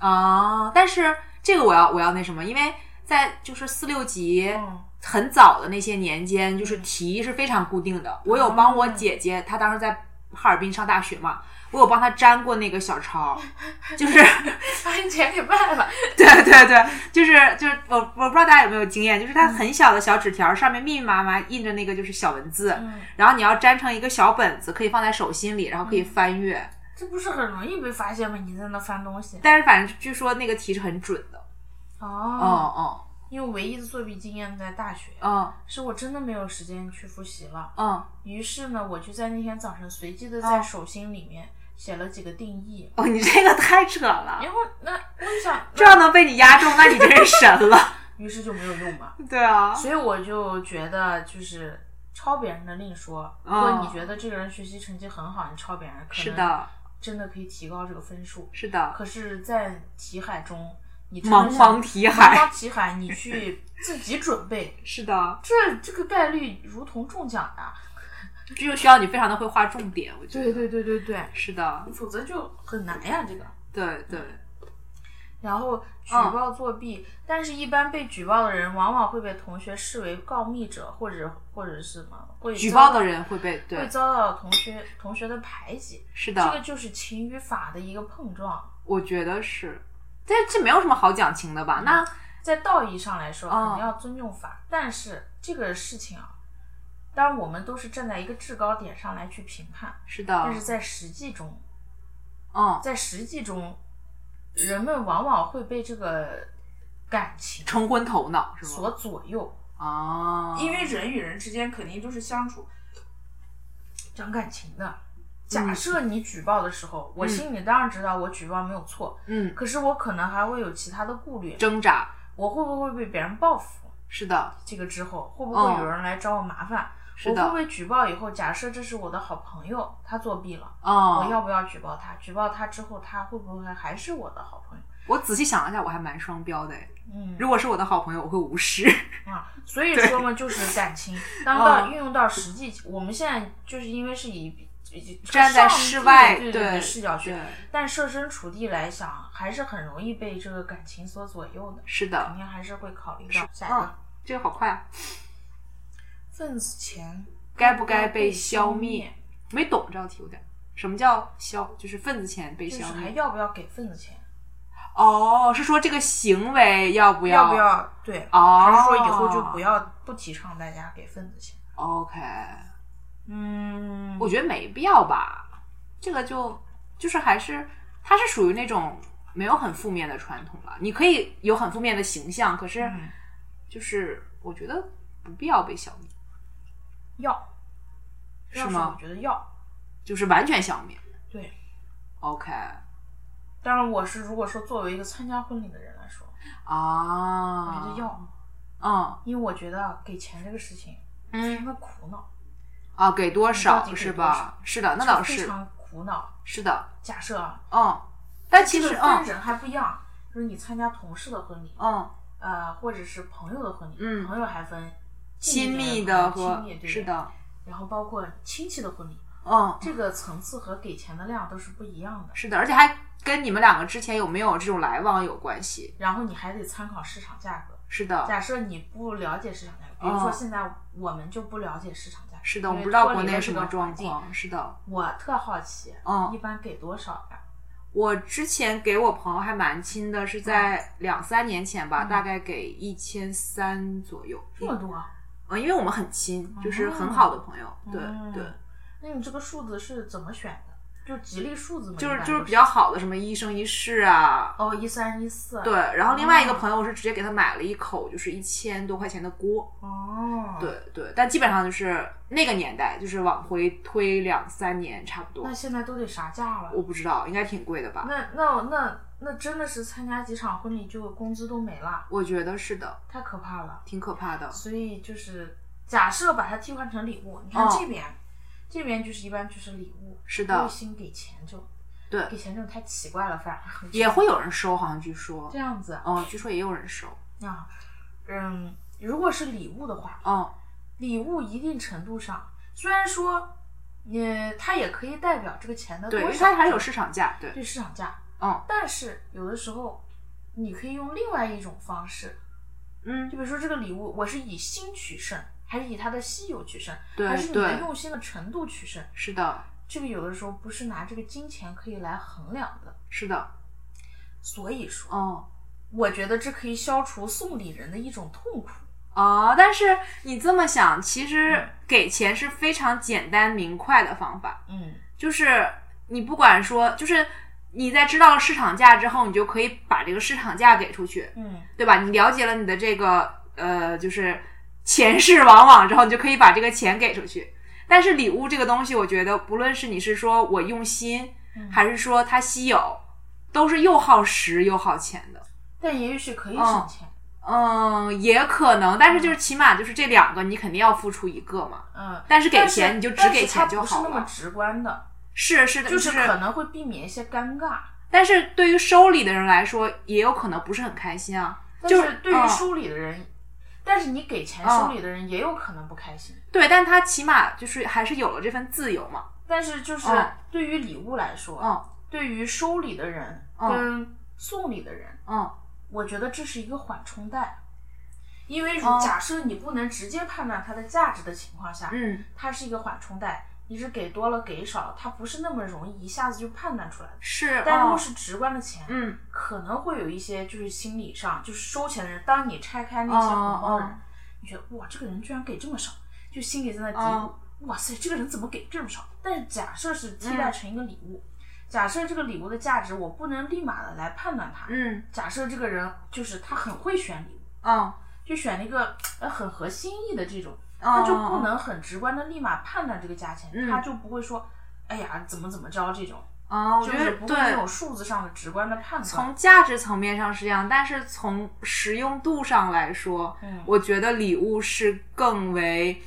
Speaker 2: 啊，但是这个我要我要那什么，因为在就是四六级。
Speaker 3: 嗯
Speaker 2: 很早的那些年间，就是题是非常固定的。我有帮我姐姐，她当时在哈尔滨上大学嘛，我有帮他粘过那个小抄，就是。
Speaker 3: 把你钱给卖了，
Speaker 2: 对对对，就是就是我我不知道大家有没有经验，就是它很小的小纸条上面密密麻麻印着那个就是小文字，
Speaker 3: 嗯
Speaker 2: 然后你要粘成一个小本子，可以放在手心里，然后可以翻阅。
Speaker 3: 这不是很容易被发现吗？你在那翻东西。
Speaker 2: 但是反正据说那个题是很准的。
Speaker 3: 哦，
Speaker 2: 哦哦
Speaker 3: 因为我唯一的作弊经验在大学，
Speaker 2: 嗯
Speaker 3: 是我真的没有时间去复习了。
Speaker 2: 嗯，
Speaker 3: 于是呢，我就在那天早上随机的在
Speaker 2: 哦
Speaker 3: 手心里面写了几个定义，
Speaker 2: 哦，你这个太扯了，
Speaker 3: 然后那我就想，
Speaker 2: 这要能被你压中，那你真是神了。
Speaker 3: 那于是就没有用嘛。
Speaker 2: 对啊，
Speaker 3: 所以我就觉得就是。抄别人的另说，如
Speaker 2: 哦
Speaker 3: 果你觉得这个人学习成绩很好，你抄别人可能
Speaker 2: 是，的，
Speaker 3: 真的可以提高这个分数。
Speaker 2: 是的，
Speaker 3: 可是，在题海中，你真的
Speaker 2: 茫
Speaker 3: 想
Speaker 2: 茫题
Speaker 3: 茫
Speaker 2: 海，
Speaker 3: 茫题海，你去自己准备，
Speaker 2: 是的，
Speaker 3: 这这个概率如同中奖的。
Speaker 2: 这就需要你非常的会画重点，我觉得。
Speaker 3: 对对对对，
Speaker 2: 是的，
Speaker 3: 否则就很难呀，这个。
Speaker 2: 对对，
Speaker 3: 然后举
Speaker 2: 嗯
Speaker 3: 报作弊，但是一般被举报的人往往会被同学视为告密者，或者或者是什么会遭
Speaker 2: 举报的人会被
Speaker 3: 会
Speaker 2: 对，
Speaker 3: 遭到同学同学的排挤。
Speaker 2: 是
Speaker 3: 这个
Speaker 2: 的，啊
Speaker 3: 就是情与法的一个碰撞，
Speaker 2: 我觉得是，但这没有什么好讲情的吧？那
Speaker 3: 在道义上来说，
Speaker 2: 嗯
Speaker 3: 肯定要尊重法，但是这个事情啊，当然我们都是站在一个制高点上来去评判，
Speaker 2: 是的
Speaker 3: 但，是在实际中，
Speaker 2: 嗯，
Speaker 3: 在实际中，人们往往会被这个感情
Speaker 2: 冲昏头脑是吗？
Speaker 3: 所左右，
Speaker 2: 啊，
Speaker 3: 因为人与人之间肯定都是相处讲感情的。
Speaker 2: 嗯
Speaker 3: 假设你举报的时候，我心里当然知道我举报没有错，
Speaker 2: 嗯，
Speaker 3: 可是我可能还会有其他的顾虑，
Speaker 2: 挣扎，
Speaker 3: 我会不会被别人报复？
Speaker 2: 是的，
Speaker 3: 这个之后会不会有人来找我麻烦？
Speaker 2: 哦是
Speaker 3: 我会不
Speaker 2: 的，
Speaker 3: 会举报以后？假设这是我的好朋友，他作弊了，我
Speaker 2: 嗯，
Speaker 3: 要不要举报他？举报他之后，他会不会还是我的好朋友？
Speaker 2: 我仔细想了一下，我还蛮双标的诶。
Speaker 3: 嗯，
Speaker 2: 如果是我的好朋友，我会无视。
Speaker 3: 啊，所以说嘛，就是感情， 当到
Speaker 2: 嗯
Speaker 3: 运用到实际，我们现在就是因为是以以
Speaker 2: 站在
Speaker 3: 上帝
Speaker 2: 室外
Speaker 3: 对
Speaker 2: 对
Speaker 3: 对视角去
Speaker 2: 对，
Speaker 3: 但设身处地来想，还是很容易被这个感情所左右的，
Speaker 2: 是
Speaker 3: 肯
Speaker 2: 的，
Speaker 3: 定还是会考虑到。下一
Speaker 2: 嗯
Speaker 3: 个，，
Speaker 2: 这个好快啊，
Speaker 3: 份子钱
Speaker 2: 该不该被消
Speaker 3: 消
Speaker 2: 灭？没懂这道题有点。什么叫消？就是份子钱被
Speaker 3: 就是
Speaker 2: 消
Speaker 3: 还
Speaker 2: 灭？
Speaker 3: 要不要给份子钱？
Speaker 2: 哦，是说这个行为要不
Speaker 3: 要不要？对，
Speaker 2: 哦
Speaker 3: 还是说以后就不要不提倡大家给份子钱？
Speaker 2: ？OK，
Speaker 3: 嗯，
Speaker 2: 我觉得没必要吧。这个就就是还是它是属于那种没有很负面的传统吧。你可以有很负面的形象，可是
Speaker 3: 嗯
Speaker 2: 就是我觉得不必要被消灭，
Speaker 3: 要，
Speaker 2: 是
Speaker 3: 要
Speaker 2: 吗
Speaker 3: 我觉得要，
Speaker 2: 就是完全消灭。
Speaker 3: 对。
Speaker 2: OK，
Speaker 3: 当然，我是如果说作为一个参加婚礼的人来说，我
Speaker 2: 啊，
Speaker 3: 觉得要，
Speaker 2: 嗯
Speaker 3: 因为我觉得给钱这个事情，
Speaker 2: 嗯
Speaker 3: 非常苦恼，
Speaker 2: 啊，给多
Speaker 3: 你到
Speaker 2: 少
Speaker 3: 底给
Speaker 2: 是
Speaker 3: 多
Speaker 2: 吧？是的，那倒
Speaker 3: 非
Speaker 2: 是，
Speaker 3: 常苦恼。
Speaker 2: 是的，
Speaker 3: 假设啊，
Speaker 2: 嗯。但其
Speaker 3: 这
Speaker 2: 实，
Speaker 3: 个
Speaker 2: 嗯
Speaker 3: 分人还不一样，就是你参加同事的婚礼，
Speaker 2: 嗯，
Speaker 3: 呃，或者是朋友的婚礼，
Speaker 2: 嗯
Speaker 3: 朋友还分
Speaker 2: 亲密
Speaker 3: 密
Speaker 2: 的
Speaker 3: 和
Speaker 2: 和
Speaker 3: 亲密对
Speaker 2: 是，的，
Speaker 3: 然后包括亲戚的婚礼，
Speaker 2: 嗯，
Speaker 3: 这个层次和给钱的量都是不一样的。
Speaker 2: 是的，而且还跟你们两个之前有没有这种来往有关系。
Speaker 3: 然后你还得参考市场价格。
Speaker 2: 是的，
Speaker 3: 假设你不了解市场价格，比如说
Speaker 2: 嗯
Speaker 3: 现在我们就不了解市场价格，
Speaker 2: 是的，我
Speaker 3: 因为
Speaker 2: 不知道
Speaker 3: 脱
Speaker 2: 国
Speaker 3: 离
Speaker 2: 内
Speaker 3: 了
Speaker 2: 什
Speaker 3: 这个
Speaker 2: 么状
Speaker 3: 环境
Speaker 2: 况。是的，
Speaker 3: 我特好奇，
Speaker 2: 嗯
Speaker 3: 一般给多少呀？
Speaker 2: 我之前给我朋友还蛮亲的，是在两三年前吧，
Speaker 3: 嗯
Speaker 2: 大概给一千三左右。
Speaker 3: 这么多？
Speaker 2: 嗯，因为我们很亲，就是
Speaker 3: 哦
Speaker 2: 很好的朋友，对
Speaker 3: 嗯
Speaker 2: 对，
Speaker 3: 那你这个数字是怎么选的？就吉利数字吗？
Speaker 2: 就是
Speaker 3: 一般
Speaker 2: 就是
Speaker 3: 都
Speaker 2: 比较好的，什么一生一世啊，
Speaker 3: 哦，一三一四。
Speaker 2: 对。然后另
Speaker 3: 哦
Speaker 2: 外一个朋友，我是直接给他买了一口，就是一千多块钱的锅，
Speaker 3: 哦，。
Speaker 2: 对对，但基本上就是那个年代，就是往回推两三年差不多
Speaker 3: 那，现在都得啥价了
Speaker 2: 我？不知道，应该挺贵的吧？
Speaker 3: 那那那那真的是参加几场婚礼就工资都没了，
Speaker 2: 我觉得是的，
Speaker 3: 太可怕了。
Speaker 2: 挺可怕的。
Speaker 3: 所以就是假设把它替换成礼物，你看
Speaker 2: 哦
Speaker 3: 这边，这边就是一般就是礼物，
Speaker 2: 是
Speaker 3: 不会
Speaker 2: 的，
Speaker 3: 先给钱这种，
Speaker 2: 对
Speaker 3: 给钱这种太奇怪了，反而
Speaker 2: 也会有人收，好像据说
Speaker 3: 这，样子
Speaker 2: 嗯，据说也有人收，
Speaker 3: 啊，嗯，如果是礼物的话，
Speaker 2: 嗯，
Speaker 3: 礼物一定程度上虽然说，呃，它也可以代表这个钱的
Speaker 2: 对，因
Speaker 3: 多
Speaker 2: 为
Speaker 3: 少，
Speaker 2: 它还是有市场价，对，
Speaker 3: 对市场价，
Speaker 2: 嗯
Speaker 3: 但是有的时候你可以用另外一种方式，就
Speaker 2: 嗯，
Speaker 3: 比如说这个礼物，我是以心取胜，还是以它的稀有取胜，
Speaker 2: 对
Speaker 3: 还是你的
Speaker 2: 对
Speaker 3: 用心的程度取胜，
Speaker 2: 是的，
Speaker 3: 这个有的时候不是拿这个金钱可以来衡量的。
Speaker 2: 是的，
Speaker 3: 所以说，
Speaker 2: 哦
Speaker 3: 我觉得这可以消除送礼人的一种痛苦。
Speaker 2: 哦，但是你这么想，其实给钱是非常简单明快的方法，
Speaker 3: 嗯，
Speaker 2: 就是你不管说，就是你在知道了市场价之后，你就可以把这个市场价给出去，
Speaker 3: 嗯，
Speaker 2: 对吧？你了解了你的这个呃，就是前世往往之后，你就可以把这个钱给出去。但是礼物这个东西，我觉得不论是你是说我用心，
Speaker 3: 嗯
Speaker 2: 还是说它稀有，都是又耗时又耗钱的。
Speaker 3: 但也许可以
Speaker 2: 哦
Speaker 3: 省钱。
Speaker 2: 嗯，也可能，但是就是起码就是这两个，你肯定要付出一个嘛。
Speaker 3: 嗯，
Speaker 2: 但是给
Speaker 3: 但
Speaker 2: 钱你就只给钱就好
Speaker 3: 但是它不是那么
Speaker 2: 了。
Speaker 3: 直观的，
Speaker 2: 是是的，
Speaker 3: 就是
Speaker 2: 是
Speaker 3: 可能会避免一些尴尬。
Speaker 2: 但是对于收礼的人来说，也有可能不是很开心啊。
Speaker 3: 但
Speaker 2: 就是
Speaker 3: 是对于
Speaker 2: 嗯哦
Speaker 3: 收礼的人，但是你给钱收礼的人也有可能不开心。
Speaker 2: 对，但他起码就是还是有了这份自由嘛。
Speaker 3: 但是就是
Speaker 2: 嗯
Speaker 3: 对于礼物来说，
Speaker 2: 嗯
Speaker 3: 对于收礼的人
Speaker 2: 嗯
Speaker 3: 跟送礼的人，
Speaker 2: 嗯，
Speaker 3: 我觉得这是一个缓冲带，因为如
Speaker 2: 哦
Speaker 3: 假设你不能直接判断它的价值的情况下，
Speaker 2: 嗯，
Speaker 3: 它是一个缓冲带，你是给多了给少，它不是那么容易一下子就判断出来的。
Speaker 2: 是，
Speaker 3: 但如果
Speaker 2: 嗯
Speaker 3: 是直观的钱，
Speaker 2: 嗯
Speaker 3: 可能会有一些就是心理上，就是收钱的人，当你拆开那些红包的人，
Speaker 2: 哦
Speaker 3: 你觉得哇，这个人居然给这么少，就心里在那嘀咕
Speaker 2: 哦，嗯
Speaker 3: 哇塞，这个人怎么给这么少？但是假设是替代成一个礼物，假设这个礼物的价值我不能立马的来判断它，
Speaker 2: 嗯
Speaker 3: 假设这个人就是他很会选礼物，
Speaker 2: 嗯，
Speaker 3: 就选了一个呃很合心意的这种，
Speaker 2: 那
Speaker 3: 他就不能很直观的立马判断这个价钱，
Speaker 2: 哦嗯
Speaker 3: 他就不会说，哎呀怎么怎么着这种，
Speaker 2: 啊，我
Speaker 3: 就
Speaker 2: 觉
Speaker 3: 是
Speaker 2: 得
Speaker 3: 不会那
Speaker 2: 对
Speaker 3: 种。数字上的直观的判断。
Speaker 2: 从价值层面上是这样，但是从实用度上来说，
Speaker 3: 嗯
Speaker 2: 我觉得礼物是更为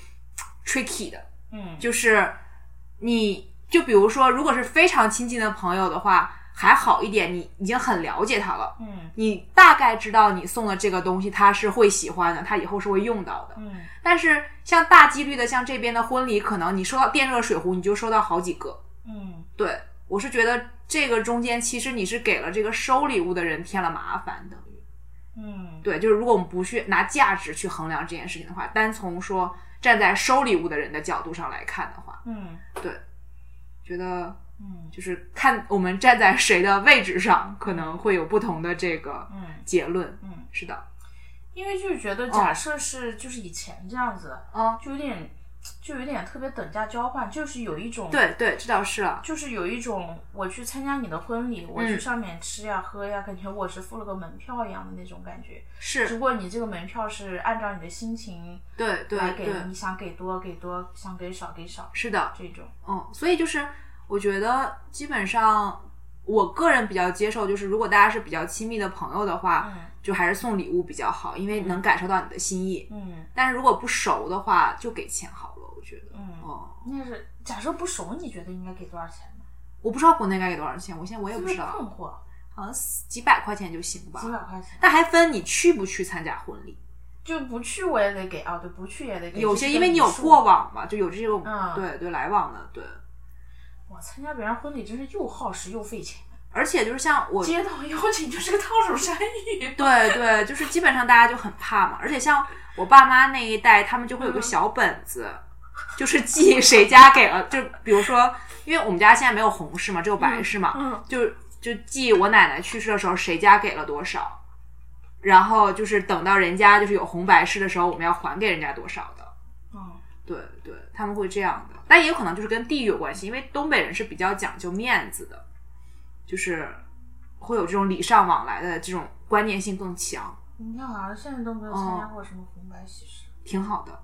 Speaker 2: tricky 的。
Speaker 3: 嗯，
Speaker 2: 就是你就比如说，如果是非常亲近的朋友的话，还好一点，你已经很了解他了，
Speaker 3: 嗯
Speaker 2: 你大概知道你送的这个东西他是会喜欢的，他以后是会用到的。
Speaker 3: 嗯
Speaker 2: 但是像大几率的，像这边的婚礼，可能你收到电热水壶，你就收到好几个。
Speaker 3: 嗯，
Speaker 2: 对我是觉得这个中间其实你是给了这个收礼物的人添了麻烦的。
Speaker 3: 嗯，
Speaker 2: 对，就是如果我们不去拿价值去衡量这件事情的话，单从说站在收礼物的人的角度上来看的话，
Speaker 3: 嗯
Speaker 2: 觉得
Speaker 3: 嗯
Speaker 2: 就是看我们站在谁的位置上，可能会有不同的这个
Speaker 3: 嗯
Speaker 2: 结论。
Speaker 3: 嗯，
Speaker 2: 是的，
Speaker 3: 因为就是觉得假设是就是以前这样子，
Speaker 2: 嗯，
Speaker 3: 就有点就有点特别等价交换，就是有一种
Speaker 2: 对对，这倒是了。
Speaker 3: 就是有一种我去参加你的婚礼，我去
Speaker 2: 嗯
Speaker 3: 上面吃呀、喝呀，感觉我是付了个门票一样的那种感觉。只
Speaker 2: 是
Speaker 3: 不过你这个门票是按照你的心情
Speaker 2: 对对
Speaker 3: 来给
Speaker 2: 对
Speaker 3: 的，，你想给多给多，想给少给少
Speaker 2: 是的。
Speaker 3: 这种。
Speaker 2: 嗯，所以就是我觉得基本上我个人比较接受，就是如果大家是比较亲密的朋友的话，
Speaker 3: 嗯
Speaker 2: 就还是送礼物比较好，因为能感受到你的心意。
Speaker 3: 嗯
Speaker 2: 但是如果不熟的话，就给钱好了，我觉得。
Speaker 3: 嗯，
Speaker 2: 哦，
Speaker 3: 那是假设不熟，你觉得应该给多少钱呢？
Speaker 2: 我不知道国内该给多少钱，我现在我也
Speaker 3: 特
Speaker 2: 不
Speaker 3: 别
Speaker 2: 知
Speaker 3: 困
Speaker 2: 道，
Speaker 3: 惑，
Speaker 2: 好像几百块钱就行吧
Speaker 3: 几。百块钱。
Speaker 2: 但还分你去不去参加婚礼，
Speaker 3: 就不去我也得给啊，对，不去也得给。
Speaker 2: 有
Speaker 3: 这
Speaker 2: 些
Speaker 3: 是
Speaker 2: 因为
Speaker 3: 个
Speaker 2: 你有
Speaker 3: 礼数
Speaker 2: 过，往嘛，就有这种、
Speaker 3: 嗯
Speaker 2: 对对来往的对。
Speaker 3: 我参加别人婚礼真是又耗时又费钱，
Speaker 2: 而且就是像我
Speaker 3: 接到邀请就是个烫手山 芋。
Speaker 2: 对对，就是基本上大家就很怕嘛。而且像我爸妈那一代，他们就会有个小本子，就是记谁家给了，就比如说，因为我们家现在没有红事嘛，只有白事嘛，
Speaker 3: 嗯
Speaker 2: 就就记我奶奶去世的时候谁家给了多少，然后就是等到人家就是有红白事的时候，我们要还给人家多少的。
Speaker 3: 嗯
Speaker 2: 对对，他们会这样的，但也有可能就是跟地域有关系，因为东北人是比较讲究面子的，就是会有这种礼尚往来的这种观念性更强，
Speaker 3: 你看，好像现在都没有参加过什么红白喜事，
Speaker 2: 挺好的，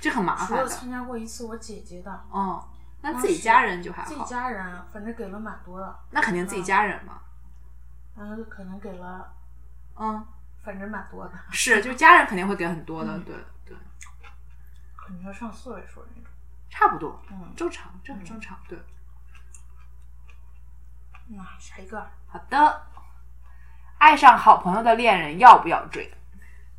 Speaker 2: 这很嗯麻
Speaker 3: 除
Speaker 2: 烦
Speaker 3: 了
Speaker 2: 的。
Speaker 3: 参加过一次我姐姐的，
Speaker 2: 嗯，那
Speaker 3: 当
Speaker 2: 自己
Speaker 3: 时
Speaker 2: 家人就还
Speaker 3: 自己
Speaker 2: 好，
Speaker 3: 家嗯人反正给了蛮多的，
Speaker 2: 那肯定自己家人嘛。
Speaker 3: 然后可能给了
Speaker 2: 嗯，
Speaker 3: 反正蛮啊多的，
Speaker 2: 是，就是家人肯定会给很多的，
Speaker 3: 嗯
Speaker 2: 对对，
Speaker 3: 可能要上四位数那种。
Speaker 2: 差不多，
Speaker 3: 嗯，
Speaker 2: 正常，这很
Speaker 3: 嗯
Speaker 2: 正常，对。
Speaker 3: 那下一个
Speaker 2: 好的，爱上好朋友的恋人要不要追？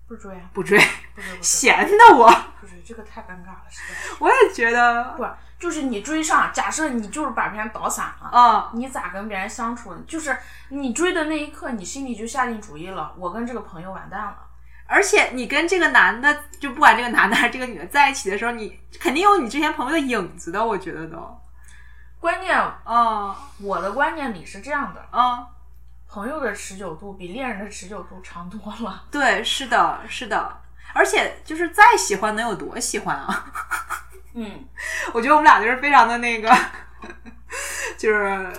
Speaker 3: 不追，啊
Speaker 2: 不 追，
Speaker 3: 不追不追
Speaker 2: 闲的我，
Speaker 3: 不追，这个太尴尬了，实在是。
Speaker 2: 我也觉得，
Speaker 3: 不是，就是你追上，假设你就是把别人倒散了，
Speaker 2: 嗯。
Speaker 3: 你咋跟别人相处呢？就是你追的那一刻，你心里就下定主意了，我跟这个朋友完蛋了。
Speaker 2: 而且你跟这个男的，就不管这个男的还是这个女的在一起的时候，你肯定有你之前朋友的影子的，我觉得都。
Speaker 3: 观念，
Speaker 2: 嗯
Speaker 3: 我的观念里是这样的：
Speaker 2: 嗯，
Speaker 3: 朋友的持久度比恋人的持久度长多了。
Speaker 2: 对，是的，是的。而且就是再喜欢能有多喜欢啊？
Speaker 3: 嗯，
Speaker 2: 我觉得我们俩就是非常的那个， 就是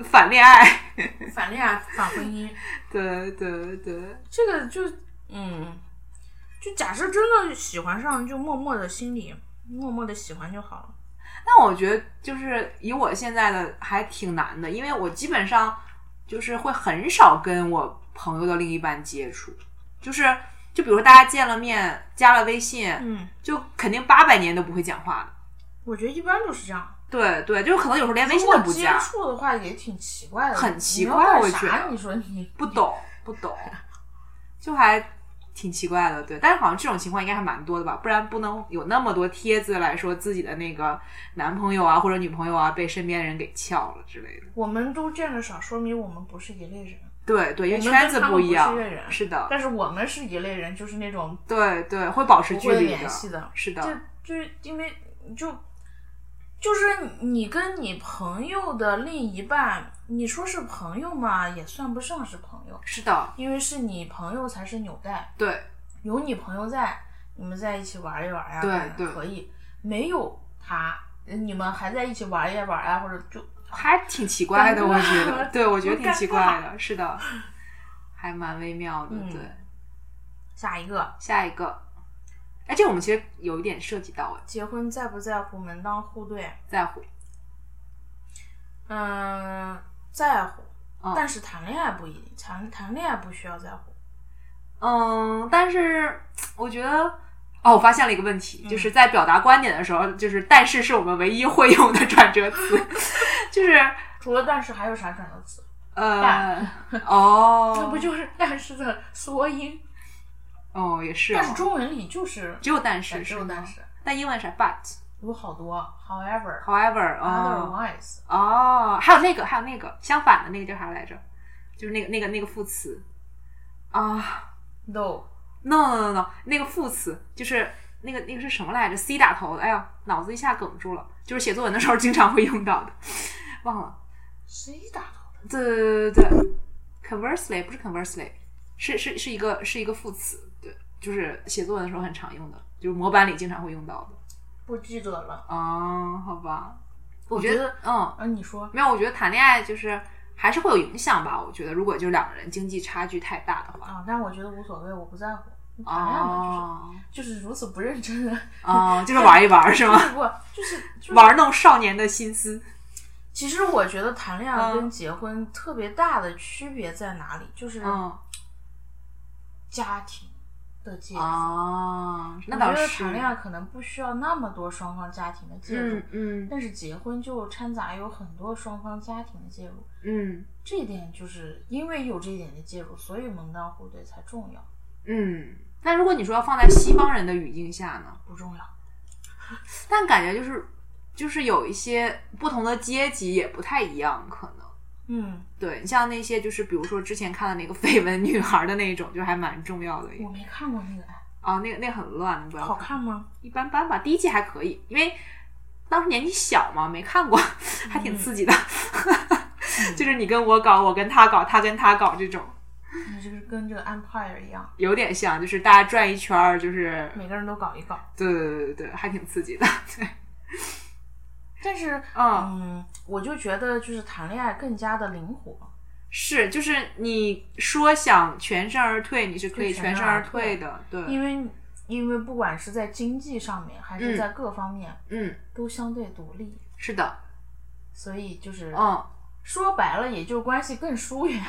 Speaker 2: 反恋爱。
Speaker 3: 反恋爱、啊反婚姻，
Speaker 2: 对对对，
Speaker 3: 这个就嗯，就假设真的喜欢上，就默默的心里默默的喜欢就好了。
Speaker 2: 但我觉得就是以我现在的还挺难的，因为我基本上就是会很少跟我朋友的另一半接触，就是就比如说大家见了面，加了微信，
Speaker 3: 嗯，
Speaker 2: 就肯定八百年都不会讲话的。
Speaker 3: 我觉得一般都是这样。
Speaker 2: 对对，就是可能有时候连微
Speaker 3: 如
Speaker 2: 信都
Speaker 3: 果
Speaker 2: 不
Speaker 3: 接
Speaker 2: 加，
Speaker 3: 触的话也挺奇怪的，
Speaker 2: 很奇
Speaker 3: 你要
Speaker 2: 怪
Speaker 3: 干
Speaker 2: 我
Speaker 3: 啥
Speaker 2: 觉得
Speaker 3: 你说你
Speaker 2: 不，懂不懂，就还挺奇怪的。对，但是好像这种情况应该还蛮多的吧，不然不能有那么多帖子来说自己的那个男朋友啊或者女朋友啊被身边人给撬了之类的。
Speaker 3: 我们都见得少，说明我们不是一类人。
Speaker 2: 对对，因为
Speaker 3: 我们
Speaker 2: 圈
Speaker 3: 跟
Speaker 2: 子
Speaker 3: 他们
Speaker 2: 一
Speaker 3: 不是
Speaker 2: 样
Speaker 3: 一类，人
Speaker 2: 是的，
Speaker 3: 但是我们是一类人，就是那种
Speaker 2: 对对，会保持
Speaker 3: 不
Speaker 2: 距
Speaker 3: 会
Speaker 2: 离
Speaker 3: 联系的，
Speaker 2: 是
Speaker 3: 就
Speaker 2: 的，
Speaker 3: 就是因为就就是你跟你朋友的另一半，你说是朋友嘛，也算不上是朋友，
Speaker 2: 是的，
Speaker 3: 因为是你朋友才是纽带，
Speaker 2: 对
Speaker 3: 有你朋友在，你们在一起玩一玩呀，
Speaker 2: 对
Speaker 3: 干嘛
Speaker 2: 对
Speaker 3: 可以，没有他，你们还在一起玩一玩啊呀，或者就
Speaker 2: 还挺奇怪的，
Speaker 3: 尴尬
Speaker 2: 我觉 得，对我觉得
Speaker 3: 好
Speaker 2: 挺
Speaker 3: 尴
Speaker 2: 奇
Speaker 3: 尬
Speaker 2: 怪的，是的，还蛮微妙的，
Speaker 3: 嗯
Speaker 2: 对。
Speaker 3: 下一个
Speaker 2: 下一个，哎，这个我们其实有一点涉及到哎，
Speaker 3: 结婚在不在乎门当户对，
Speaker 2: 在乎，
Speaker 3: 嗯，在乎，
Speaker 2: 嗯
Speaker 3: 但是谈恋爱不一定，谈谈恋爱不需要在乎。
Speaker 2: 嗯，但是我觉得。哦，我发现了一个问题，
Speaker 3: 嗯
Speaker 2: 就是在表达观点的时候，就是“但是”是我们唯一会用的转折词， 就是
Speaker 3: 除了但是还有啥转折词？
Speaker 2: 呃
Speaker 3: 但，
Speaker 2: 哦，
Speaker 3: 那不就是但是的缩音？
Speaker 2: 哦，也是、哦，
Speaker 3: 但是中文里就是
Speaker 2: 只有但是，
Speaker 3: 只
Speaker 2: 是
Speaker 3: 有
Speaker 2: 吗
Speaker 3: 但，是，
Speaker 2: 但英文是 but。
Speaker 3: 有好多。However,
Speaker 2: However，哦
Speaker 3: 啊 otherwise，
Speaker 2: 哦，还有那个，还有那个相反的那个叫啥来着？就是那个那个那个副词啊、
Speaker 3: though，
Speaker 2: n o no no no，那个副词就是那个那个是什么来着？C 打头的，哎呀，脑子一下梗住了，就是写作文的时候经常会用到的，忘了。
Speaker 3: 谁打头的？
Speaker 2: 对对对对对，conversely 不是 conversely，是是是一个是一个副词，对，就是写作文的时候很常用的，就是模板里经常会用到的。
Speaker 3: 不记得了。
Speaker 2: 啊、好吧，我
Speaker 3: 我
Speaker 2: 觉
Speaker 3: 觉
Speaker 2: 得，
Speaker 3: 得
Speaker 2: 嗯，
Speaker 3: 啊，你说，
Speaker 2: 没有，我觉得谈恋爱就是还是会有影响吧。我觉得如果就是两个人经济差距太大的话，
Speaker 3: 啊，但我觉得无所谓，我不在乎。谈恋爱嘛，
Speaker 2: 哦
Speaker 3: 就是就是如此不认真 的，
Speaker 2: 哦，就是玩一玩是
Speaker 3: 就
Speaker 2: 吗？
Speaker 3: 是不就是就是
Speaker 2: 玩弄少年的心思。
Speaker 3: 其实我觉得谈恋爱
Speaker 2: 嗯
Speaker 3: 跟结婚特别大的区别在哪里？就是
Speaker 2: 嗯
Speaker 3: 家庭的介入。
Speaker 2: 啊，那
Speaker 3: 我
Speaker 2: 倒
Speaker 3: 觉得
Speaker 2: 是。
Speaker 3: 谈恋爱可能不需要那么多双方家庭的介入，
Speaker 2: 嗯嗯
Speaker 3: 但是结婚就掺杂有很多双方家庭的介入，
Speaker 2: 嗯
Speaker 3: 这一点就是因为有这一点的介入，所以门当户对才重要，
Speaker 2: 嗯。那如果你说要放在西方人的语境下呢？
Speaker 3: 不重要。
Speaker 2: 但感觉就是就是有一些不同的阶级也不太一样，可能。
Speaker 3: 嗯，
Speaker 2: 对你像那些就是比如说之前看的那个 绯闻女孩的那一种，就还蛮重要的一
Speaker 3: 我没看过那个，哎，
Speaker 2: 啊，那个那个很乱，不要
Speaker 3: 好看吗？
Speaker 2: 一般般吧。第一季还可以，因为当时年纪小嘛，没看过， 还挺刺激的。 就是你跟我搞，我跟他搞，他跟他搞这种，
Speaker 3: 你这个跟这个 Empire 一样，
Speaker 2: 有点像，就是大家转一圈儿，就是
Speaker 3: 每个人都搞一搞。
Speaker 2: 对对对对对，还挺刺激的。 对，
Speaker 3: 但是，
Speaker 2: 嗯，
Speaker 3: 嗯，我就觉得就是谈恋爱更加的灵活，
Speaker 2: 是，就是你说想全身而退，你是可以
Speaker 3: 就
Speaker 2: 全
Speaker 3: 全
Speaker 2: 身
Speaker 3: 身
Speaker 2: 而
Speaker 3: 而退
Speaker 2: 退的。对，
Speaker 3: 因为因为不管是在经济上面还
Speaker 2: 嗯
Speaker 3: 是在各方面，
Speaker 2: 嗯，
Speaker 3: 都相对独立，
Speaker 2: 是的，
Speaker 3: 所以就是
Speaker 2: 嗯，
Speaker 3: 说白了，也就关系更疏远，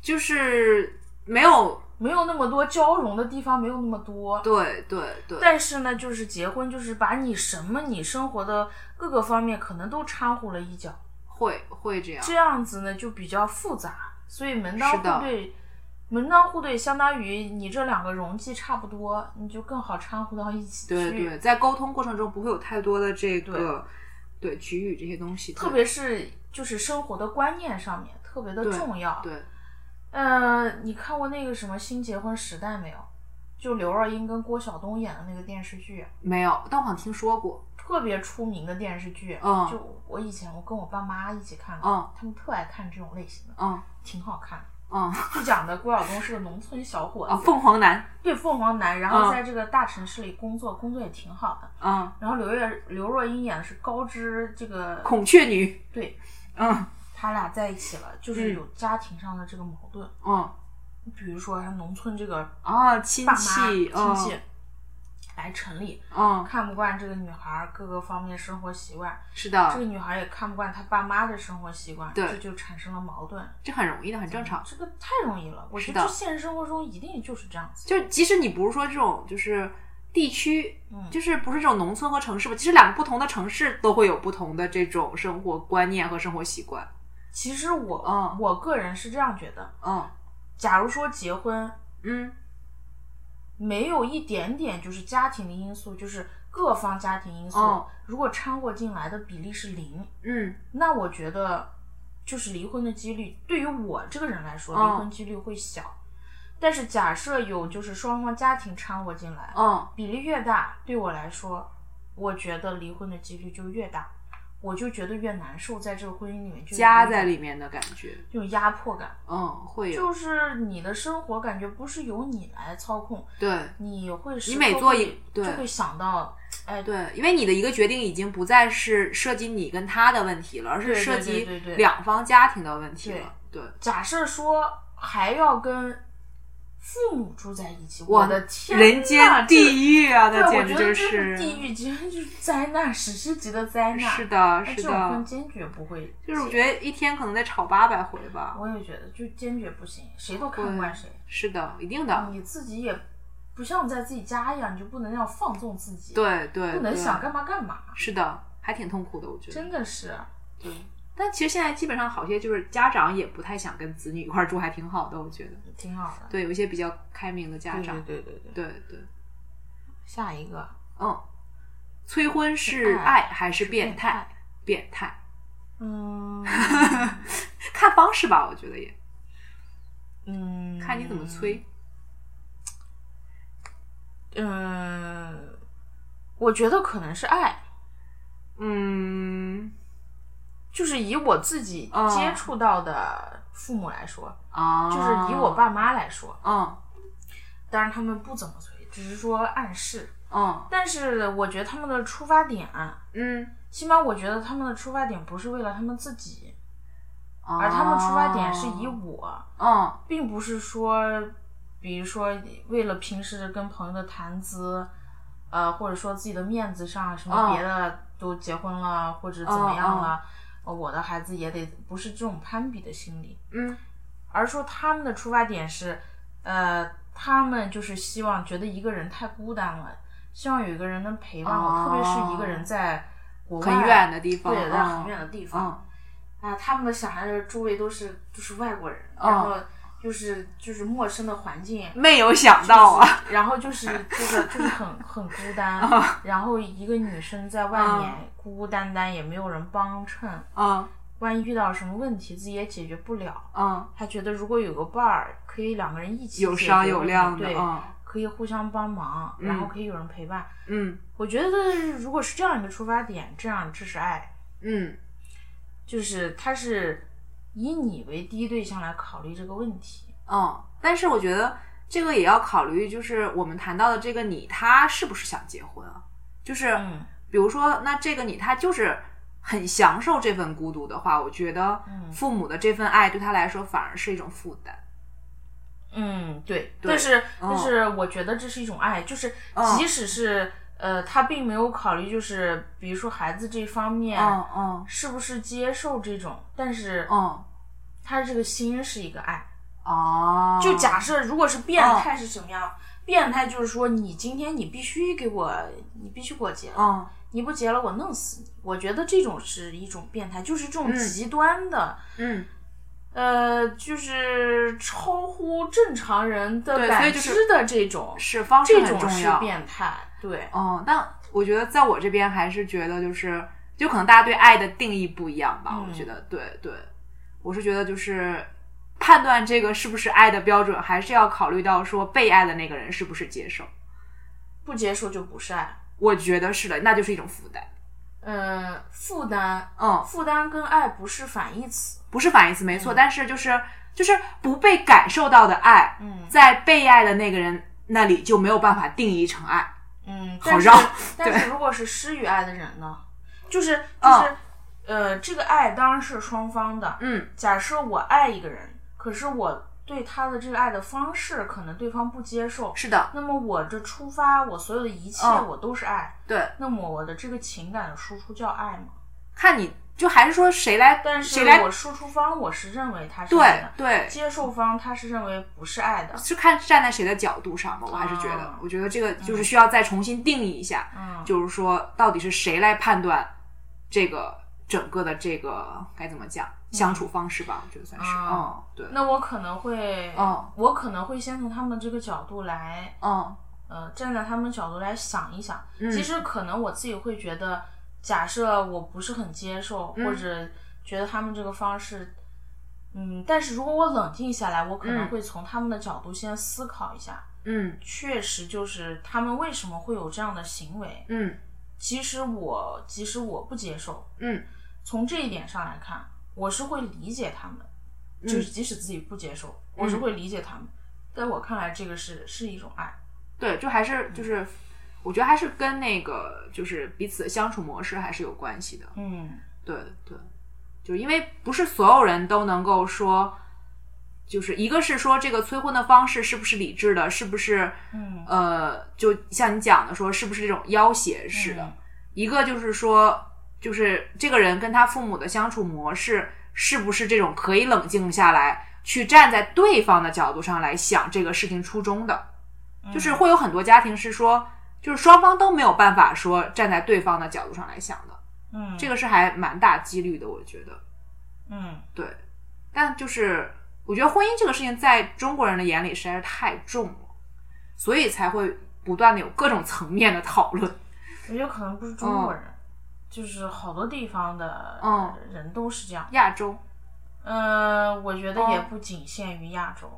Speaker 2: 就是没有，
Speaker 3: 没有那么多交融的地方，没有那么多。
Speaker 2: 对对对，
Speaker 3: 但是呢，就是结婚，就是把你什么你生活的各个方面可能都掺和了一脚，
Speaker 2: 会会这样。
Speaker 3: 这样子呢就比较复杂，所以门当
Speaker 2: 是
Speaker 3: 户
Speaker 2: 的
Speaker 3: 对，门当户对相当于你这两个容器差不多，你就更好掺和到一起去。
Speaker 2: 对对，在沟通过程中不会有太多的这个对局域这些东西，
Speaker 3: 特别是就是生活的观念上面特别的
Speaker 2: 对
Speaker 3: 重要。
Speaker 2: 对，
Speaker 3: 呃，你看过那个什么《新结婚时代》没有？就刘若英跟郭晓东演的那个电视剧，
Speaker 2: 没有，但我好像听说过。
Speaker 3: 特别出名的电视剧。
Speaker 2: 嗯
Speaker 3: 就我以前我跟我爸妈一起看过，
Speaker 2: 嗯
Speaker 3: 他们特爱看这种类型的，
Speaker 2: 嗯
Speaker 3: 挺好看的。
Speaker 2: 嗯
Speaker 3: 就讲的郭晓东是个农村小伙
Speaker 2: 啊，
Speaker 3: 子，
Speaker 2: 凤凰男。
Speaker 3: 对凤凰男，然后
Speaker 2: 嗯
Speaker 3: 在这个大城市里工作，工作也挺好的。
Speaker 2: 嗯，
Speaker 3: 然后刘若刘若英演的是高知这个，
Speaker 2: 孔雀女。
Speaker 3: 对
Speaker 2: 嗯
Speaker 3: 他俩在一起了，就是
Speaker 2: 嗯
Speaker 3: 有家庭上的这个矛盾，
Speaker 2: 嗯
Speaker 3: 比如说他农村这个
Speaker 2: 啊，亲
Speaker 3: 爸妈
Speaker 2: 戚
Speaker 3: 亲
Speaker 2: 嗯
Speaker 3: 戚来城里，
Speaker 2: 嗯，
Speaker 3: 看不惯这个女孩儿各个方面生活习惯，
Speaker 2: 是
Speaker 3: 这
Speaker 2: 的
Speaker 3: 个，女孩儿也看不惯她爸妈的生活习惯，
Speaker 2: 对
Speaker 3: 这就产生了矛盾，
Speaker 2: 这很容易的，很正常。
Speaker 3: 这个太容易了，我觉
Speaker 2: 是
Speaker 3: 得
Speaker 2: 的
Speaker 3: 就现实生活中一定就是这样子，
Speaker 2: 就是即使你不是说这种就是地区，
Speaker 3: 嗯，
Speaker 2: 就是不是这种农村和城市吧，其实两个不同的城市都会有不同的这种生活观念和生活习惯。
Speaker 3: 其实我、
Speaker 2: 嗯
Speaker 3: 我个人是这样觉得，
Speaker 2: 嗯
Speaker 3: 假如说结婚
Speaker 2: 嗯
Speaker 3: 没有一点点就是家庭的因素，就是各方家庭因素，
Speaker 2: 嗯
Speaker 3: 如果掺和进来的比例是零，
Speaker 2: 嗯
Speaker 3: 那我觉得就是离婚的几率，对于我这个人来说，
Speaker 2: 嗯
Speaker 3: 离婚几率会小。但是假设有就是双方家庭掺和进来，
Speaker 2: 嗯
Speaker 3: 比例越大，对我来说，我觉得离婚的几率就越大，我就觉得越难受，在这个婚姻里面就
Speaker 2: 夹在里面的感觉，
Speaker 3: 这种压迫感，
Speaker 2: 嗯，会有。
Speaker 3: 就是你的生活感觉不是由你来操控，
Speaker 2: 对
Speaker 3: 你会时
Speaker 2: 你每
Speaker 3: 刻
Speaker 2: 做
Speaker 3: 会
Speaker 2: 一对
Speaker 3: 就会想到，哎，
Speaker 2: 对，因为你的一个决定已经不再是涉及你跟他的问题了，而
Speaker 3: 对
Speaker 2: 是
Speaker 3: 对
Speaker 2: 涉
Speaker 3: 对
Speaker 2: 及
Speaker 3: 对对
Speaker 2: 两方家庭的问题了。对，
Speaker 3: 假设说还要跟父母住在一起，
Speaker 2: 哇
Speaker 3: 我的天呐，
Speaker 2: 人间地
Speaker 3: 狱
Speaker 2: 狱啊，
Speaker 3: 对，
Speaker 2: 那
Speaker 3: 我
Speaker 2: 简
Speaker 3: 觉
Speaker 2: 直
Speaker 3: 得
Speaker 2: 就
Speaker 3: 这是地
Speaker 2: 是。
Speaker 3: 狱，简直 就是灾难，史诗级的灾难。
Speaker 2: 是的，
Speaker 3: 哎
Speaker 2: 是
Speaker 3: 这种婚
Speaker 2: 的，
Speaker 3: 坚决不会，啊
Speaker 2: 就是我觉得一天可能得吵八百回吧。
Speaker 3: 我也觉得就坚决不行，谁都看不惯谁，嗯
Speaker 2: 是的，一定的。
Speaker 3: 你自己也不像在自己家一样，你就不能那样放纵自己，，
Speaker 2: 对对，
Speaker 3: 不能
Speaker 2: 对啊
Speaker 3: 想干嘛干嘛，
Speaker 2: 是的，还挺痛苦的，我觉得。
Speaker 3: 真的是。
Speaker 2: 对。但其实现在基本上好些就是家长也不太想跟子女一块儿住，还挺好的，我觉得。
Speaker 3: 挺好的，
Speaker 2: 对，有一些比较开明的家
Speaker 3: 对
Speaker 2: 长。
Speaker 3: 对对对对。
Speaker 2: 对对
Speaker 3: 下一个
Speaker 2: 嗯，催婚是
Speaker 3: 是爱
Speaker 2: 爱还是变态？？变态，
Speaker 3: 嗯
Speaker 2: 看方式吧，我觉得也
Speaker 3: 嗯，
Speaker 2: 看你怎么催。
Speaker 3: 嗯，我觉得可能是爱，
Speaker 2: 嗯
Speaker 3: 就是以我自己接触到的父母来说，
Speaker 2: 啊，
Speaker 3: 就是以我。爸妈来说，
Speaker 2: 嗯
Speaker 3: 当然他们不怎么催，只是说暗示。
Speaker 2: 嗯
Speaker 3: 但是我觉得他们的出发点，
Speaker 2: 嗯。
Speaker 3: 起码我觉得他们的出发点不是为了他们自己，
Speaker 2: 而
Speaker 3: 而他们出发点是以我，
Speaker 2: 啊嗯
Speaker 3: 并不是说，比如说为了平时跟朋友的谈资，呃，或者说自己的面子上什么
Speaker 2: 嗯
Speaker 3: 别的都结婚了、或者怎么样了，呃我的孩子也得不是这种攀比的心理，
Speaker 2: 嗯
Speaker 3: 而说他们的出发点是，呃，他们就是希望觉得一个人太孤单了，希望有一个人能陪伴我，
Speaker 2: 哦
Speaker 3: 特别是一个人在国外
Speaker 2: 很远的地方
Speaker 3: 对，在很远
Speaker 2: 嗯
Speaker 3: 的地方。
Speaker 2: 嗯
Speaker 3: 啊，他们的小孩的周围都是就是外国人，
Speaker 2: 嗯
Speaker 3: 然后就是就是陌生的环境，
Speaker 2: 没有想到啊，嗯
Speaker 3: 就是然后就是就是就是很很孤单，然后一个女生在外面孤孤单单，也没有人帮衬，
Speaker 2: 嗯
Speaker 3: 万一遇到什么问题自己也解决不了，
Speaker 2: 嗯，
Speaker 3: 她觉得如果有个伴儿，可以两个人一起
Speaker 2: 有
Speaker 3: 解决
Speaker 2: 商有
Speaker 3: 问题
Speaker 2: 量的，
Speaker 3: 对，
Speaker 2: 嗯
Speaker 3: 可以互相帮忙，
Speaker 2: 嗯
Speaker 3: 然后可以有人陪伴。
Speaker 2: 嗯
Speaker 3: 我觉得如果是这样一个出发点，这样这是爱，
Speaker 2: 嗯
Speaker 3: 就是他是以你为第一对象来考虑这个问题。
Speaker 2: 嗯，但是我觉得这个也要考虑，就是我们谈到的这个你，他是不是想结婚啊？就是
Speaker 3: 嗯
Speaker 2: 比如说，那这个你他就是很享受这份孤独的话，我觉得
Speaker 3: 嗯
Speaker 2: 父母的这份爱对他来说反而是一种负担。
Speaker 3: 嗯，对。
Speaker 2: 对
Speaker 3: 但是
Speaker 2: 嗯
Speaker 3: 但是我觉得这是一种爱，就是
Speaker 2: 嗯
Speaker 3: 即使是呃，他并没有考虑，就是比如说孩子这方面
Speaker 2: 嗯嗯
Speaker 3: 是不是接受这种，但是
Speaker 2: 嗯，
Speaker 3: 他这个心是一个爱。
Speaker 2: 哦，
Speaker 3: 就假设如果是变态是什么样？变态就是说，你今天你必须给我，你必须给我结了，
Speaker 2: 嗯
Speaker 3: 你不结了我弄死你。我觉得这种是一种变态，就是这种
Speaker 2: 嗯
Speaker 3: 极端的，
Speaker 2: 嗯，
Speaker 3: 呃，就是超乎正常人的
Speaker 2: 对所
Speaker 3: 感
Speaker 2: 以就是
Speaker 3: 知的这种，
Speaker 2: 是方式
Speaker 3: 这
Speaker 2: 很
Speaker 3: 种
Speaker 2: 重
Speaker 3: 是
Speaker 2: 要。
Speaker 3: 变态，对，
Speaker 2: 嗯，但我觉得在我这边还是觉得就是，就可能大家对爱的定义不一样吧。
Speaker 3: 嗯
Speaker 2: 我觉得，对对，我是觉得就是判断这个是不是爱的标准，还是要考虑到说被爱的那个人是不是接受。
Speaker 3: 不接受就不是爱。
Speaker 2: 我觉得是的，那就是一种负担。
Speaker 3: 嗯，负担，
Speaker 2: 嗯，
Speaker 3: 负担跟爱不是反义词。
Speaker 2: 不是反义词，没
Speaker 3: 嗯
Speaker 2: 错，但是就是就是不被感受到的爱，
Speaker 3: 嗯
Speaker 2: 在被爱的那个人那里就没有办法定义成爱。
Speaker 3: 嗯，
Speaker 2: 好
Speaker 3: 但是
Speaker 2: 绕
Speaker 3: 但是
Speaker 2: 对
Speaker 3: 如果是施与爱的人呢，就是就
Speaker 2: 嗯
Speaker 3: 是、呃，这个爱当然是双方的。
Speaker 2: 嗯
Speaker 3: 假设我爱一个人，可是我对他的这个爱的方式，可能对方不接受。
Speaker 2: 是的，
Speaker 3: 那么我这出发，我所有的一切
Speaker 2: 嗯
Speaker 3: 我都是爱。
Speaker 2: 对，
Speaker 3: 那么我的这个情感的输出叫爱吗？
Speaker 2: 看你就还是说谁来，
Speaker 3: 但是
Speaker 2: 谁来
Speaker 3: 我输出方我是认为他是爱
Speaker 2: 对
Speaker 3: 的，
Speaker 2: 对，
Speaker 3: 接受方他是认为不是爱的。
Speaker 2: 是看站在谁的角度上吧。我还是觉得，
Speaker 3: 啊
Speaker 2: 我觉得这个就是需要再重新定义一下，
Speaker 3: 嗯，
Speaker 2: 就是说到底是谁来判断这个整个的这个该怎么讲相处方式吧？我觉得算是，
Speaker 3: 啊
Speaker 2: 嗯，对，
Speaker 3: 那哦我可能会，
Speaker 2: 嗯
Speaker 3: 我可能会先从他们这个角度来，
Speaker 2: 嗯
Speaker 3: 呃，站在他们角度来想一想。
Speaker 2: 嗯
Speaker 3: 其实可能我自己会觉得，假设我不是很接受，
Speaker 2: 嗯
Speaker 3: 或者觉得他们这个方式，嗯，但是如果我冷静下来，我可能
Speaker 2: 嗯
Speaker 3: 会从他们的角度先思考一下，
Speaker 2: 嗯
Speaker 3: 确实就是他们为什么会有这样的行为。
Speaker 2: 嗯
Speaker 3: 其实我，即使我不接受，
Speaker 2: 嗯
Speaker 3: 从这一点上来看，我是会理解他们，
Speaker 2: 嗯
Speaker 3: 就是即使自己不接受，我是会理解他们。在我看来，这个是是一种爱。
Speaker 2: 对，就还是就是，我觉得还是跟那个就是彼此的相处模式还是有关系的。
Speaker 3: 嗯
Speaker 2: 对对，就是因为不是所有人都能够说，就是一个是说这个催婚的方式是不是理智的，是不是
Speaker 3: 嗯
Speaker 2: 呃，就像你讲的说是不是这种要挟式的，
Speaker 3: 嗯
Speaker 2: 一个就是说就是这个人跟他父母的相处模式是不是这种可以冷静下来。去站在对方的角度上来想这个事情初衷的，
Speaker 3: 嗯
Speaker 2: 就是会有很多家庭是说，就是双方都没有办法说站在对方的角度上来想的，
Speaker 3: 嗯
Speaker 2: 这个是还蛮大几率的，我觉得。
Speaker 3: 嗯
Speaker 2: 对，但就是我觉得婚姻这个事情在中国人的眼里实在是太重了，所以才会不断的有各种层面的讨论。
Speaker 3: 我觉得可能不是中国人，就是好多地方的
Speaker 2: 嗯
Speaker 3: 人都是这样。
Speaker 2: 亚洲，
Speaker 3: 呃，我觉得
Speaker 2: 哦
Speaker 3: 也不仅限于亚洲。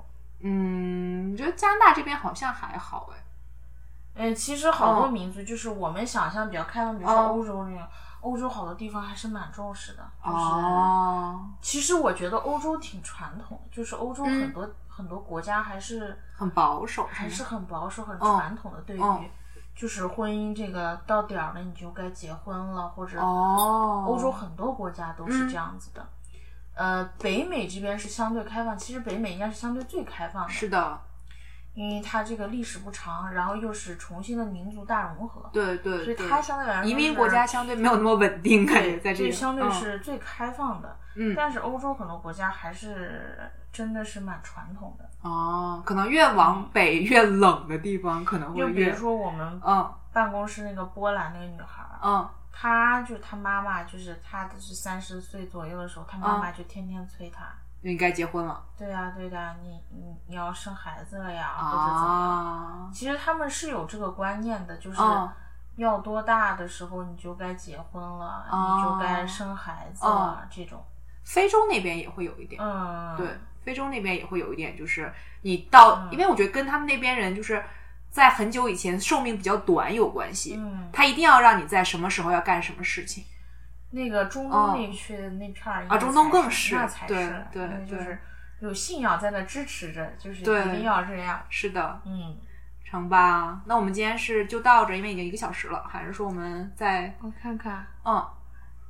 Speaker 2: 嗯，我觉得加拿大这边好像还好哎，
Speaker 3: 呃，其实好多
Speaker 2: 嗯
Speaker 3: 民族就是我们想象比较开放，比如说
Speaker 2: 哦
Speaker 3: 欧洲那种，欧洲好多地方还是蛮重视的。就是、啊
Speaker 2: 哦，
Speaker 3: 其实我觉得欧洲挺传统的，就是欧洲
Speaker 2: 嗯
Speaker 3: 很多、很多国家还是
Speaker 2: 很保守，
Speaker 3: 还是很保守、很
Speaker 2: 嗯
Speaker 3: 传统的，对于、
Speaker 2: 嗯
Speaker 3: 就是婚姻这个到点儿了你就该结婚了，或者
Speaker 2: 哦，
Speaker 3: 欧洲很多国家都是
Speaker 2: 嗯
Speaker 3: 这样子的。呃，北美这边是相对开放，其实北美应该是相对最开放的，
Speaker 2: 是的，
Speaker 3: 因为它这个历史不长，然后又是重新的民族大融合，
Speaker 2: 对对
Speaker 3: 所以
Speaker 2: 对，
Speaker 3: 它相对来说
Speaker 2: 移民
Speaker 3: 是
Speaker 2: 国家相对没有那么稳定，感觉
Speaker 3: 对，
Speaker 2: 在这
Speaker 3: 对
Speaker 2: 里
Speaker 3: 相对
Speaker 2: 嗯
Speaker 3: 是最开放的。
Speaker 2: 嗯
Speaker 3: 但是欧洲很多国家还是真的是蛮传统的，
Speaker 2: 哦，可能越往北越冷的地方可能
Speaker 3: 嗯就
Speaker 2: 会
Speaker 3: 比
Speaker 2: 越
Speaker 3: 如说我们
Speaker 2: 嗯
Speaker 3: 办公室那个波兰那个女孩儿，
Speaker 2: 嗯
Speaker 3: 她就她妈妈就是她就是三十岁左右的时候，她妈妈
Speaker 2: 嗯
Speaker 3: 就天天催她，
Speaker 2: 就应该结婚了
Speaker 3: 对呀、对呀、你你你要生孩子了呀，或者怎么样？
Speaker 2: 啊
Speaker 3: 其实他们是有这个观念的，就是
Speaker 2: 嗯
Speaker 3: 要多大的时候你就该结婚了，
Speaker 2: 哦
Speaker 3: 你就该生孩子了、这种。
Speaker 2: 非洲那边也会有一点，
Speaker 3: 嗯，
Speaker 2: 对，非洲那边也会有一点，就是你到，
Speaker 3: 嗯
Speaker 2: 因为我觉得跟他们那边人就是在很久以前寿命比较短有关系，
Speaker 3: 嗯，
Speaker 2: 他一定要让你在什么时候要干什么事情，
Speaker 3: 那个中
Speaker 2: 哦
Speaker 3: 东那区的那片儿应该才
Speaker 2: 啊中东更是
Speaker 3: 那才
Speaker 2: 对
Speaker 3: 是，
Speaker 2: 对
Speaker 3: 因为就
Speaker 2: 对
Speaker 3: 是有信仰在那支持着，就是一
Speaker 2: 对
Speaker 3: 定要这样。
Speaker 2: 是的，
Speaker 3: 嗯
Speaker 2: 成吧？那我们今天是就到这儿，因为已经一个小时了，还是说我们再
Speaker 1: 我看看
Speaker 2: 嗯，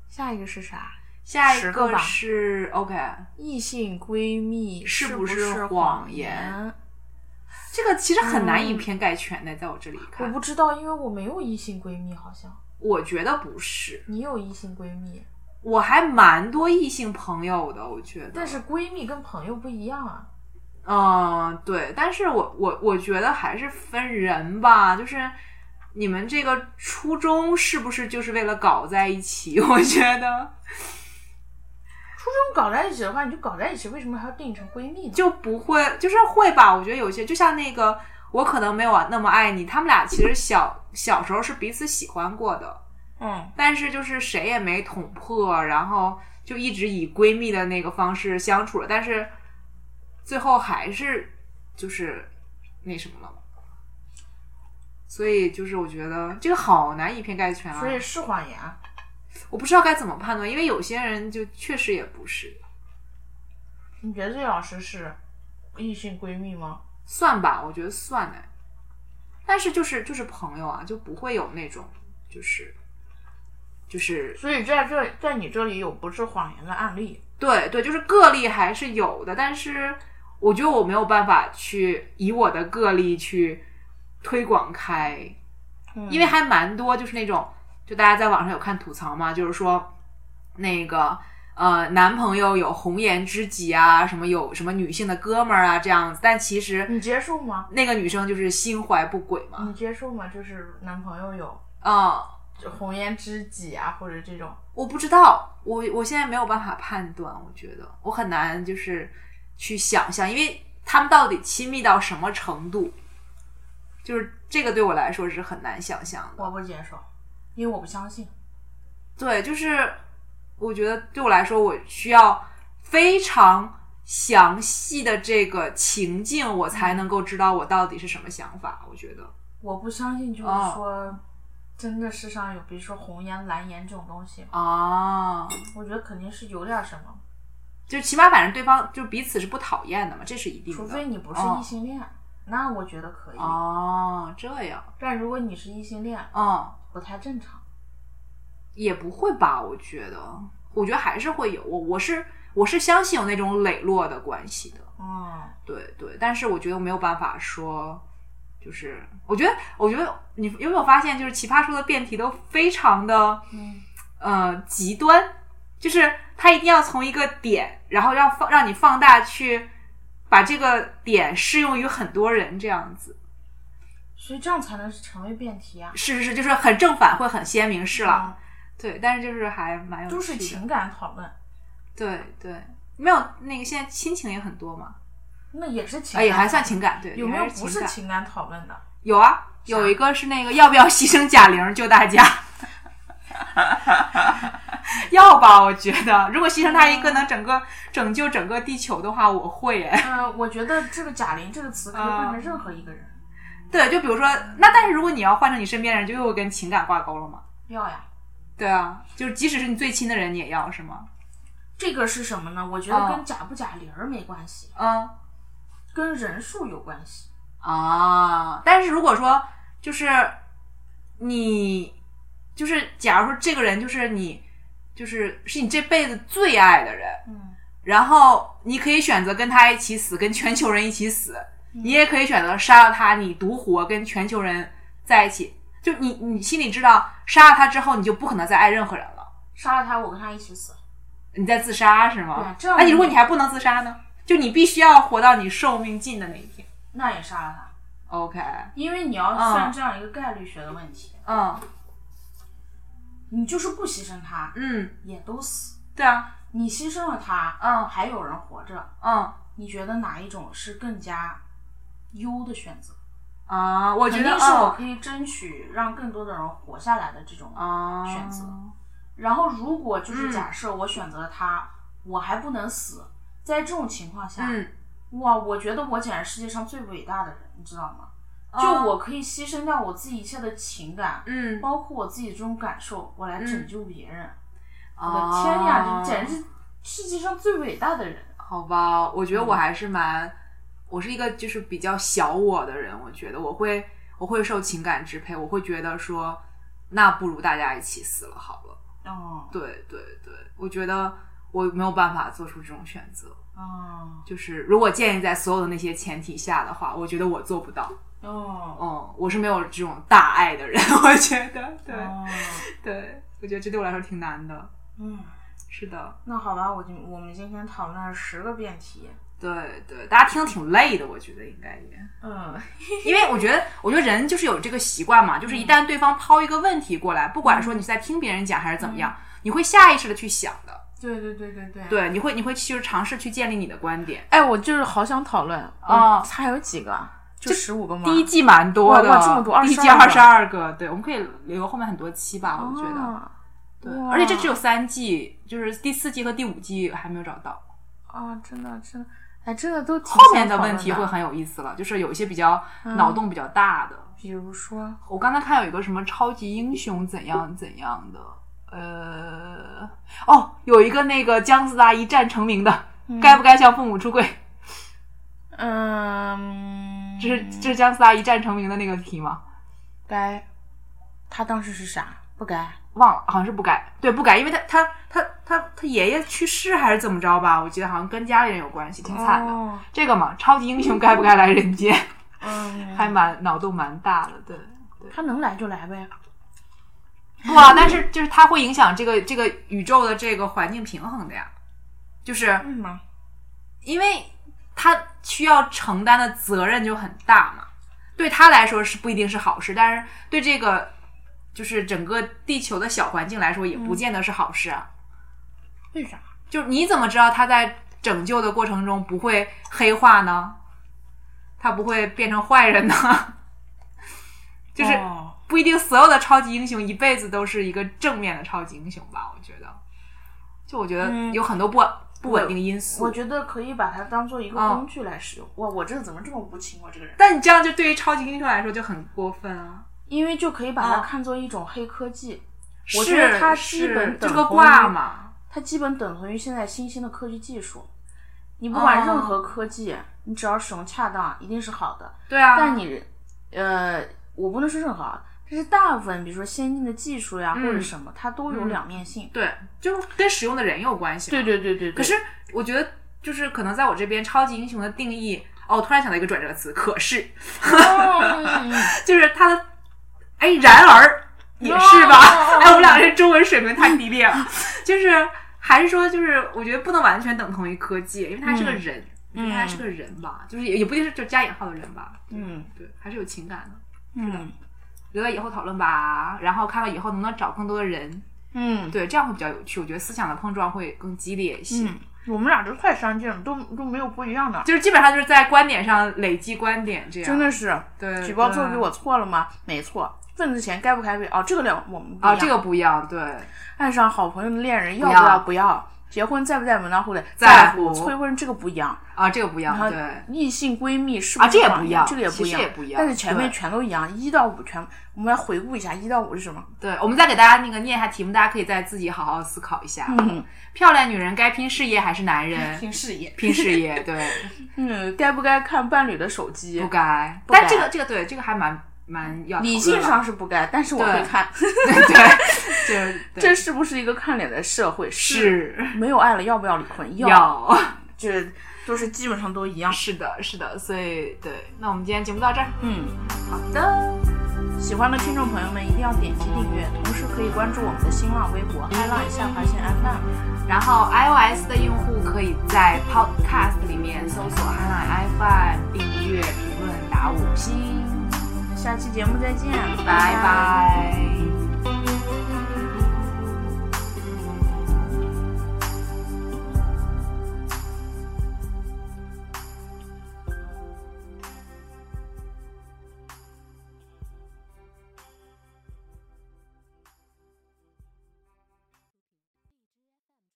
Speaker 1: 下一个是啥？
Speaker 2: 下一
Speaker 3: 十个吧
Speaker 2: 是 OK，
Speaker 1: 异性闺蜜
Speaker 2: 是不
Speaker 1: 不
Speaker 2: 是
Speaker 1: 是
Speaker 2: 谎言
Speaker 1: 言？
Speaker 2: 这个其实很难以偏概全的，在我这里
Speaker 3: 嗯我
Speaker 2: 看，
Speaker 3: 不知道，因为我没有异性闺蜜，好像
Speaker 2: 我觉得不是，
Speaker 3: 你有异性闺蜜，
Speaker 2: 我还蛮多异性朋友的，我觉得，
Speaker 3: 但是闺蜜跟朋友不一样啊。
Speaker 2: 嗯，对，但是我我我觉得还是分人吧，就是你们这个初衷是不是就是为了搞在一起？ 我觉得
Speaker 3: 初中搞在一起的话，你就搞在一起，为什么还要定义成闺蜜呢？
Speaker 2: 就不会，就是会吧。我觉得有些就像那个我可能没有啊那么爱你，他们俩其实小小时候是彼此喜欢过的，
Speaker 3: 嗯
Speaker 2: 但是就是谁也没捅破，然后就一直以闺蜜的那个方式相处了。但是最后还是就是那什么了。所以就是我觉得这个好难以偏概全啊！
Speaker 3: 所以是谎言。
Speaker 2: 我不知道该怎么判断，因为有些人就确实也不是，
Speaker 3: 你觉得这老师是异性闺蜜吗？
Speaker 2: 算吧，我觉得算哎。但是就是就是朋友啊，就不会有那种就是就是
Speaker 3: 所以在这在你这里有不是谎言的案例，
Speaker 2: 对对，就是个例还是有的，但是我觉得我没有办法去以我的个例去推广开，因为还蛮多就是那种，就大家在网上有看吐槽嘛，就是说那个呃男朋友有红颜知己啊，什么有什么女性的哥们儿啊这样子，但其实
Speaker 3: 你接受吗？
Speaker 2: 那个女生就是心怀不轨嘛，
Speaker 3: 你接受吗？就是男朋友有
Speaker 2: 嗯，
Speaker 3: 就红颜知己啊，或者这种，
Speaker 2: 我不知道，我我现在没有办法判断，我觉得我很难就是去想象，因为他们到底亲密到什么程度，就是这个对我来说是很难想象的。
Speaker 3: 我不接受，因为我不相信。
Speaker 2: 对，就是我觉得对我来说，我需要非常详细的这个情境，我才能够知道我到底是什么想法。我觉得，
Speaker 3: 我不相信，就是
Speaker 2: 哦
Speaker 3: 说，真的世上有，比如说红颜、蓝颜这种东西，
Speaker 2: 啊，
Speaker 3: 我觉得肯定是有点什么，
Speaker 2: 就起码反正对方就彼此是不讨厌的嘛，这是一定的。
Speaker 3: 除非你不是
Speaker 2: 哦
Speaker 3: 异性恋，那我觉得可以。
Speaker 2: 哦，这样，
Speaker 3: 但如果你是异性恋，
Speaker 2: 嗯。
Speaker 3: 不太正常。
Speaker 2: 也不会吧？我觉得，我觉得还是会有。我我是我是相信有那种磊落的关系的，
Speaker 3: 嗯，
Speaker 2: 对对。但是我觉得我没有办法说，就是我觉得我觉得你有没有发现，就是奇葩说的辩题都非常的
Speaker 3: 嗯
Speaker 2: 呃极端，就是它一定要从一个点，然后让放让你放大去把这个点适用于很多人这样子。
Speaker 3: 所以这样才能成为辩题啊。
Speaker 2: 是是是，就是很正反会很鲜明，是了。
Speaker 3: 嗯，
Speaker 2: 对，但是就是还蛮有趣的。
Speaker 3: 都是情感讨论，
Speaker 2: 对对，没有那个现在亲情也很多嘛，
Speaker 3: 那也是情
Speaker 2: 啊
Speaker 3: 感，
Speaker 2: 也还算情感，对，
Speaker 3: 有
Speaker 2: 也
Speaker 3: 没
Speaker 2: 还
Speaker 3: 有
Speaker 2: 是
Speaker 3: 不
Speaker 2: 情
Speaker 3: 是
Speaker 2: 感？
Speaker 3: 情感讨论的？
Speaker 2: 有啊，有一个是那个要不要牺牲贾玲 救大家？要吧，我觉得，如果牺牲她一个能整个拯救整个地球的话，我会耶。
Speaker 3: 呃，我觉得这个贾玲这个词可以换
Speaker 2: 嗯
Speaker 3: 成任何一个人。
Speaker 2: 对，就比如说，那但是如果你要换成你身边的人，就又跟情感挂钩了嘛。
Speaker 3: 要呀，
Speaker 2: 对啊，就是即使是你最亲的人，你也要是吗？
Speaker 3: 这个是什么呢？我觉得
Speaker 2: 嗯
Speaker 3: 跟贾不贾玲儿没关系，
Speaker 2: 嗯，
Speaker 3: 跟人数有关系。
Speaker 2: 啊，但是如果说就是你，就是假如说这个人就是你，就是是你这辈子最爱的人，
Speaker 3: 嗯，
Speaker 2: 然后你可以选择跟他一起死，跟全球人一起死，
Speaker 3: 嗯
Speaker 2: 你也可以选择杀了他，你独活跟全球人在一起。就你你心里知道，杀了他之后，你就不可能再爱任何人了，
Speaker 3: 杀了他，我跟他一起死。
Speaker 2: 你在自杀是
Speaker 3: 对
Speaker 2: 吗
Speaker 3: 啊？这样
Speaker 2: 那你如果你还不能自杀呢？就你必须要活到你寿命尽的那一天。
Speaker 3: 那也杀了他，
Speaker 2: OK，
Speaker 3: 因为你要算这样一个概率学的问题，
Speaker 2: 嗯
Speaker 3: 你就是不牺牲他
Speaker 2: 嗯，
Speaker 3: 也都死，
Speaker 2: 对啊，
Speaker 3: 你牺牲了他，
Speaker 2: 嗯
Speaker 3: 还有人活着，
Speaker 2: 嗯
Speaker 3: 你觉得哪一种是更加优的选择？
Speaker 2: 啊，我觉
Speaker 3: 肯
Speaker 2: 得
Speaker 3: 定是我
Speaker 2: 哦
Speaker 3: 可以争取让更多的人活下来的这种
Speaker 2: 啊
Speaker 3: 选择。然后如果就是
Speaker 2: 嗯
Speaker 3: 假设我选择了他，我还不能死，在这种情况下，
Speaker 2: 嗯，
Speaker 3: 哇，我觉得我简直是世界上最伟大的人，你知道吗？
Speaker 2: 哦
Speaker 3: 就我可以牺牲掉我自己一切的情感，
Speaker 2: 嗯，
Speaker 3: 包括我自己这种感受，我来拯救别人。我
Speaker 2: 我
Speaker 3: 的天呀，这简直是世界上最伟大的人。
Speaker 2: 啊好吧，我觉得
Speaker 3: 嗯
Speaker 2: 我还是蛮，我是一个就是比较小我的人，我觉得我会我会受情感支配，我会觉得说，那不如大家一起死了好了。
Speaker 3: 哦，
Speaker 2: 对对对，我觉得我没有办法做出这种选择，
Speaker 3: 哦，
Speaker 2: 就是如果建立在所有的那些前提下的话，我觉得我做不到。
Speaker 3: 哦，
Speaker 2: 嗯，我是没有这种大爱的人， 我觉得，对、
Speaker 3: 哦
Speaker 2: 对，我觉得这对我来说挺难的。
Speaker 3: 嗯，
Speaker 2: 是的，
Speaker 3: 那好吧，我就我们今天讨论了十个辩题。
Speaker 2: 对对，大家听得挺累的，我觉得应该也，
Speaker 3: 嗯，
Speaker 2: 因为我觉得，我觉得人就是有这个习惯嘛，
Speaker 3: 嗯
Speaker 2: 就是一旦对方抛一个问题过来，不管说你是在听别人讲还是怎
Speaker 3: 嗯
Speaker 2: 么样，你会下意识的去想的，
Speaker 3: 对对对对对。
Speaker 2: 对，你会你会去尝试去建立你的观点。
Speaker 3: 哎，我就是好想讨论
Speaker 2: 哦
Speaker 3: 嗯还有几个？就十五个吗？
Speaker 2: 第一季蛮多的，
Speaker 3: 哇哇这么多
Speaker 2: 第一季二
Speaker 3: 22
Speaker 2: 十二个，对，我们可以留后面很多期吧，我觉得，
Speaker 3: 啊
Speaker 2: 对，
Speaker 3: 哇
Speaker 2: 而且这只有三季，就是第四季和第五季还没有找到，
Speaker 3: 哦啊，真的真的，哎，这个都挺
Speaker 2: 后
Speaker 3: 想
Speaker 2: 面的
Speaker 3: 讨
Speaker 2: 问
Speaker 3: 论
Speaker 2: 题会很有意思了，就是有一些比较
Speaker 3: 嗯
Speaker 2: 脑洞比较大的。
Speaker 3: 比如说，
Speaker 2: 我刚才看有一个什么超级英雄怎样怎样的，呃，哦，有一个那个姜思达一战成名的， 该不该向父母出柜？
Speaker 3: 嗯，
Speaker 2: 这是这是姜思达一战成名的那个题吗？
Speaker 3: 该，他当时是啥？不该。
Speaker 2: 忘了，好像是不改，对，不改，因为他他他他他爷爷去世还是怎么着吧？我记得好像跟家里人有关系，挺惨的。
Speaker 3: 哦，
Speaker 2: 这个嘛，超级英 雄该不该来人间，
Speaker 3: 嗯，
Speaker 2: 还蛮脑洞蛮大的， 对。
Speaker 3: 他能来就来呗。
Speaker 2: 不啊，但是就是它会影响这个这个宇宙的这个环境平衡的呀，就是
Speaker 3: 为什么？
Speaker 2: 因为他需要承担的责任就很大嘛，对他来说是不一定是好事，但是对这个就是整个地球的小环境来说，也不见得是好事啊。
Speaker 3: 为啥？
Speaker 2: 就是你怎么知道他在拯救的过程中不会黑化呢？他不会变成坏人呢？ 就是
Speaker 3: 哦
Speaker 2: 不一定所有的超级英雄一辈子都是一个正面的超级英雄吧？我觉得，就我觉得
Speaker 3: 嗯
Speaker 2: 有很多不、不稳定因素。
Speaker 3: 我觉得可以把它当做一个
Speaker 2: 嗯
Speaker 3: 工具来使用。哇，我这怎么这么无情？我啊这个人，
Speaker 2: 但你这样就对于超级英雄来说就很过分啊！
Speaker 3: 因为就可以把它
Speaker 2: 嗯
Speaker 3: 看作一种黑科技，我觉得
Speaker 2: 是
Speaker 3: 它基
Speaker 2: 是
Speaker 3: 本
Speaker 2: 这
Speaker 3: 等
Speaker 2: 个
Speaker 3: 同于
Speaker 2: 挂嘛，
Speaker 3: 它基本等同于现在新兴的科技技术。你不管任何科技，你只要使用恰当，一定是好的。
Speaker 2: 对啊，
Speaker 3: 但你，呃，我不能说任何啊，但是大部分，比如说先进的技术呀、
Speaker 2: 嗯
Speaker 3: 或者什么，它都有两面性。
Speaker 2: 对，就是跟使用的人有关系。
Speaker 3: 对，对对对对。
Speaker 2: 可是我觉得就是可能在我这边，超级英雄的定义哦，我突然想到一个转折词，可是
Speaker 3: 嗯哦，
Speaker 2: 就是他的哎，然而也是吧？
Speaker 3: 哦
Speaker 2: 哎，我们俩这中文水平太低劣了， 就是还是说就是我觉得不能完全等同于科技，因为他是个
Speaker 3: 嗯
Speaker 2: 人，我觉得他是个人吧，就是也也不一定是就加引号的人吧，
Speaker 3: 嗯
Speaker 2: 对，还是有情感的。
Speaker 3: 嗯
Speaker 2: 留到以后讨论吧，然后看看以后能不能找更多的人，
Speaker 3: 嗯
Speaker 2: 对，这样会比较有趣。我觉得思想的碰撞会更激烈一些，
Speaker 3: 嗯，我们俩这太相近了，都都没有不一样的。
Speaker 2: 就是基本上就是在观点上累积观点，这样
Speaker 3: 真的是
Speaker 2: 对。
Speaker 3: 举报错给
Speaker 2: 对
Speaker 3: 我错了吗？没错，份子钱该不该给？哦，这个两我们不一
Speaker 2: 啊，
Speaker 3: 样
Speaker 2: 这个不一样，对，
Speaker 3: 爱上好朋友的恋人要
Speaker 2: 不
Speaker 3: 不
Speaker 2: 要
Speaker 3: 要不要？结婚在不在门当户对？
Speaker 2: 在乎
Speaker 3: 乎。催婚这个不一样，
Speaker 2: 啊，这个不一样
Speaker 3: 然，后
Speaker 2: 对，
Speaker 3: 异性闺蜜是
Speaker 2: 啊这也
Speaker 3: 不
Speaker 2: 不
Speaker 3: 是
Speaker 2: 一样
Speaker 3: 这个也不
Speaker 2: 其
Speaker 3: 一
Speaker 2: 实
Speaker 3: 样，
Speaker 2: 也不一样
Speaker 3: 但是前面
Speaker 2: 对
Speaker 3: 全都一样，一到五全。我们来回顾一下，一到五是什么？
Speaker 2: 对，我们再给大家那个念一下题目，大家可以再自己好好思考一下。
Speaker 3: 嗯，
Speaker 2: 漂亮女人该拼事业还是男 人？
Speaker 3: 拼事业。
Speaker 2: 拼事业， 对，
Speaker 3: 嗯，该不该看伴侣的手机
Speaker 2: 不？该。
Speaker 3: 不该
Speaker 2: 但这个这个对，这个还蛮蛮要
Speaker 3: 理性
Speaker 2: 讨
Speaker 3: 上是不该，但是我
Speaker 2: 对
Speaker 3: 会看。
Speaker 2: 论的对，就是对
Speaker 3: 这是不是一个看脸的社会？
Speaker 2: 是
Speaker 3: 没有爱了，要不要离婚？
Speaker 2: 要
Speaker 3: 这都是基本上都一样。
Speaker 2: 是的，是的，所以对，那我们今天节目到这儿，
Speaker 3: 嗯，
Speaker 2: 好的，
Speaker 3: 喜欢的听众朋友们一定要点击订阅，同时可以关注我们的新浪微博“爱浪一下划线 FM”。
Speaker 2: 然后 iOS 的用户可以在 Podcast 里面搜索“海浪 FM”，订阅、评论、打五星，
Speaker 3: 下期节目再见，
Speaker 2: 拜拜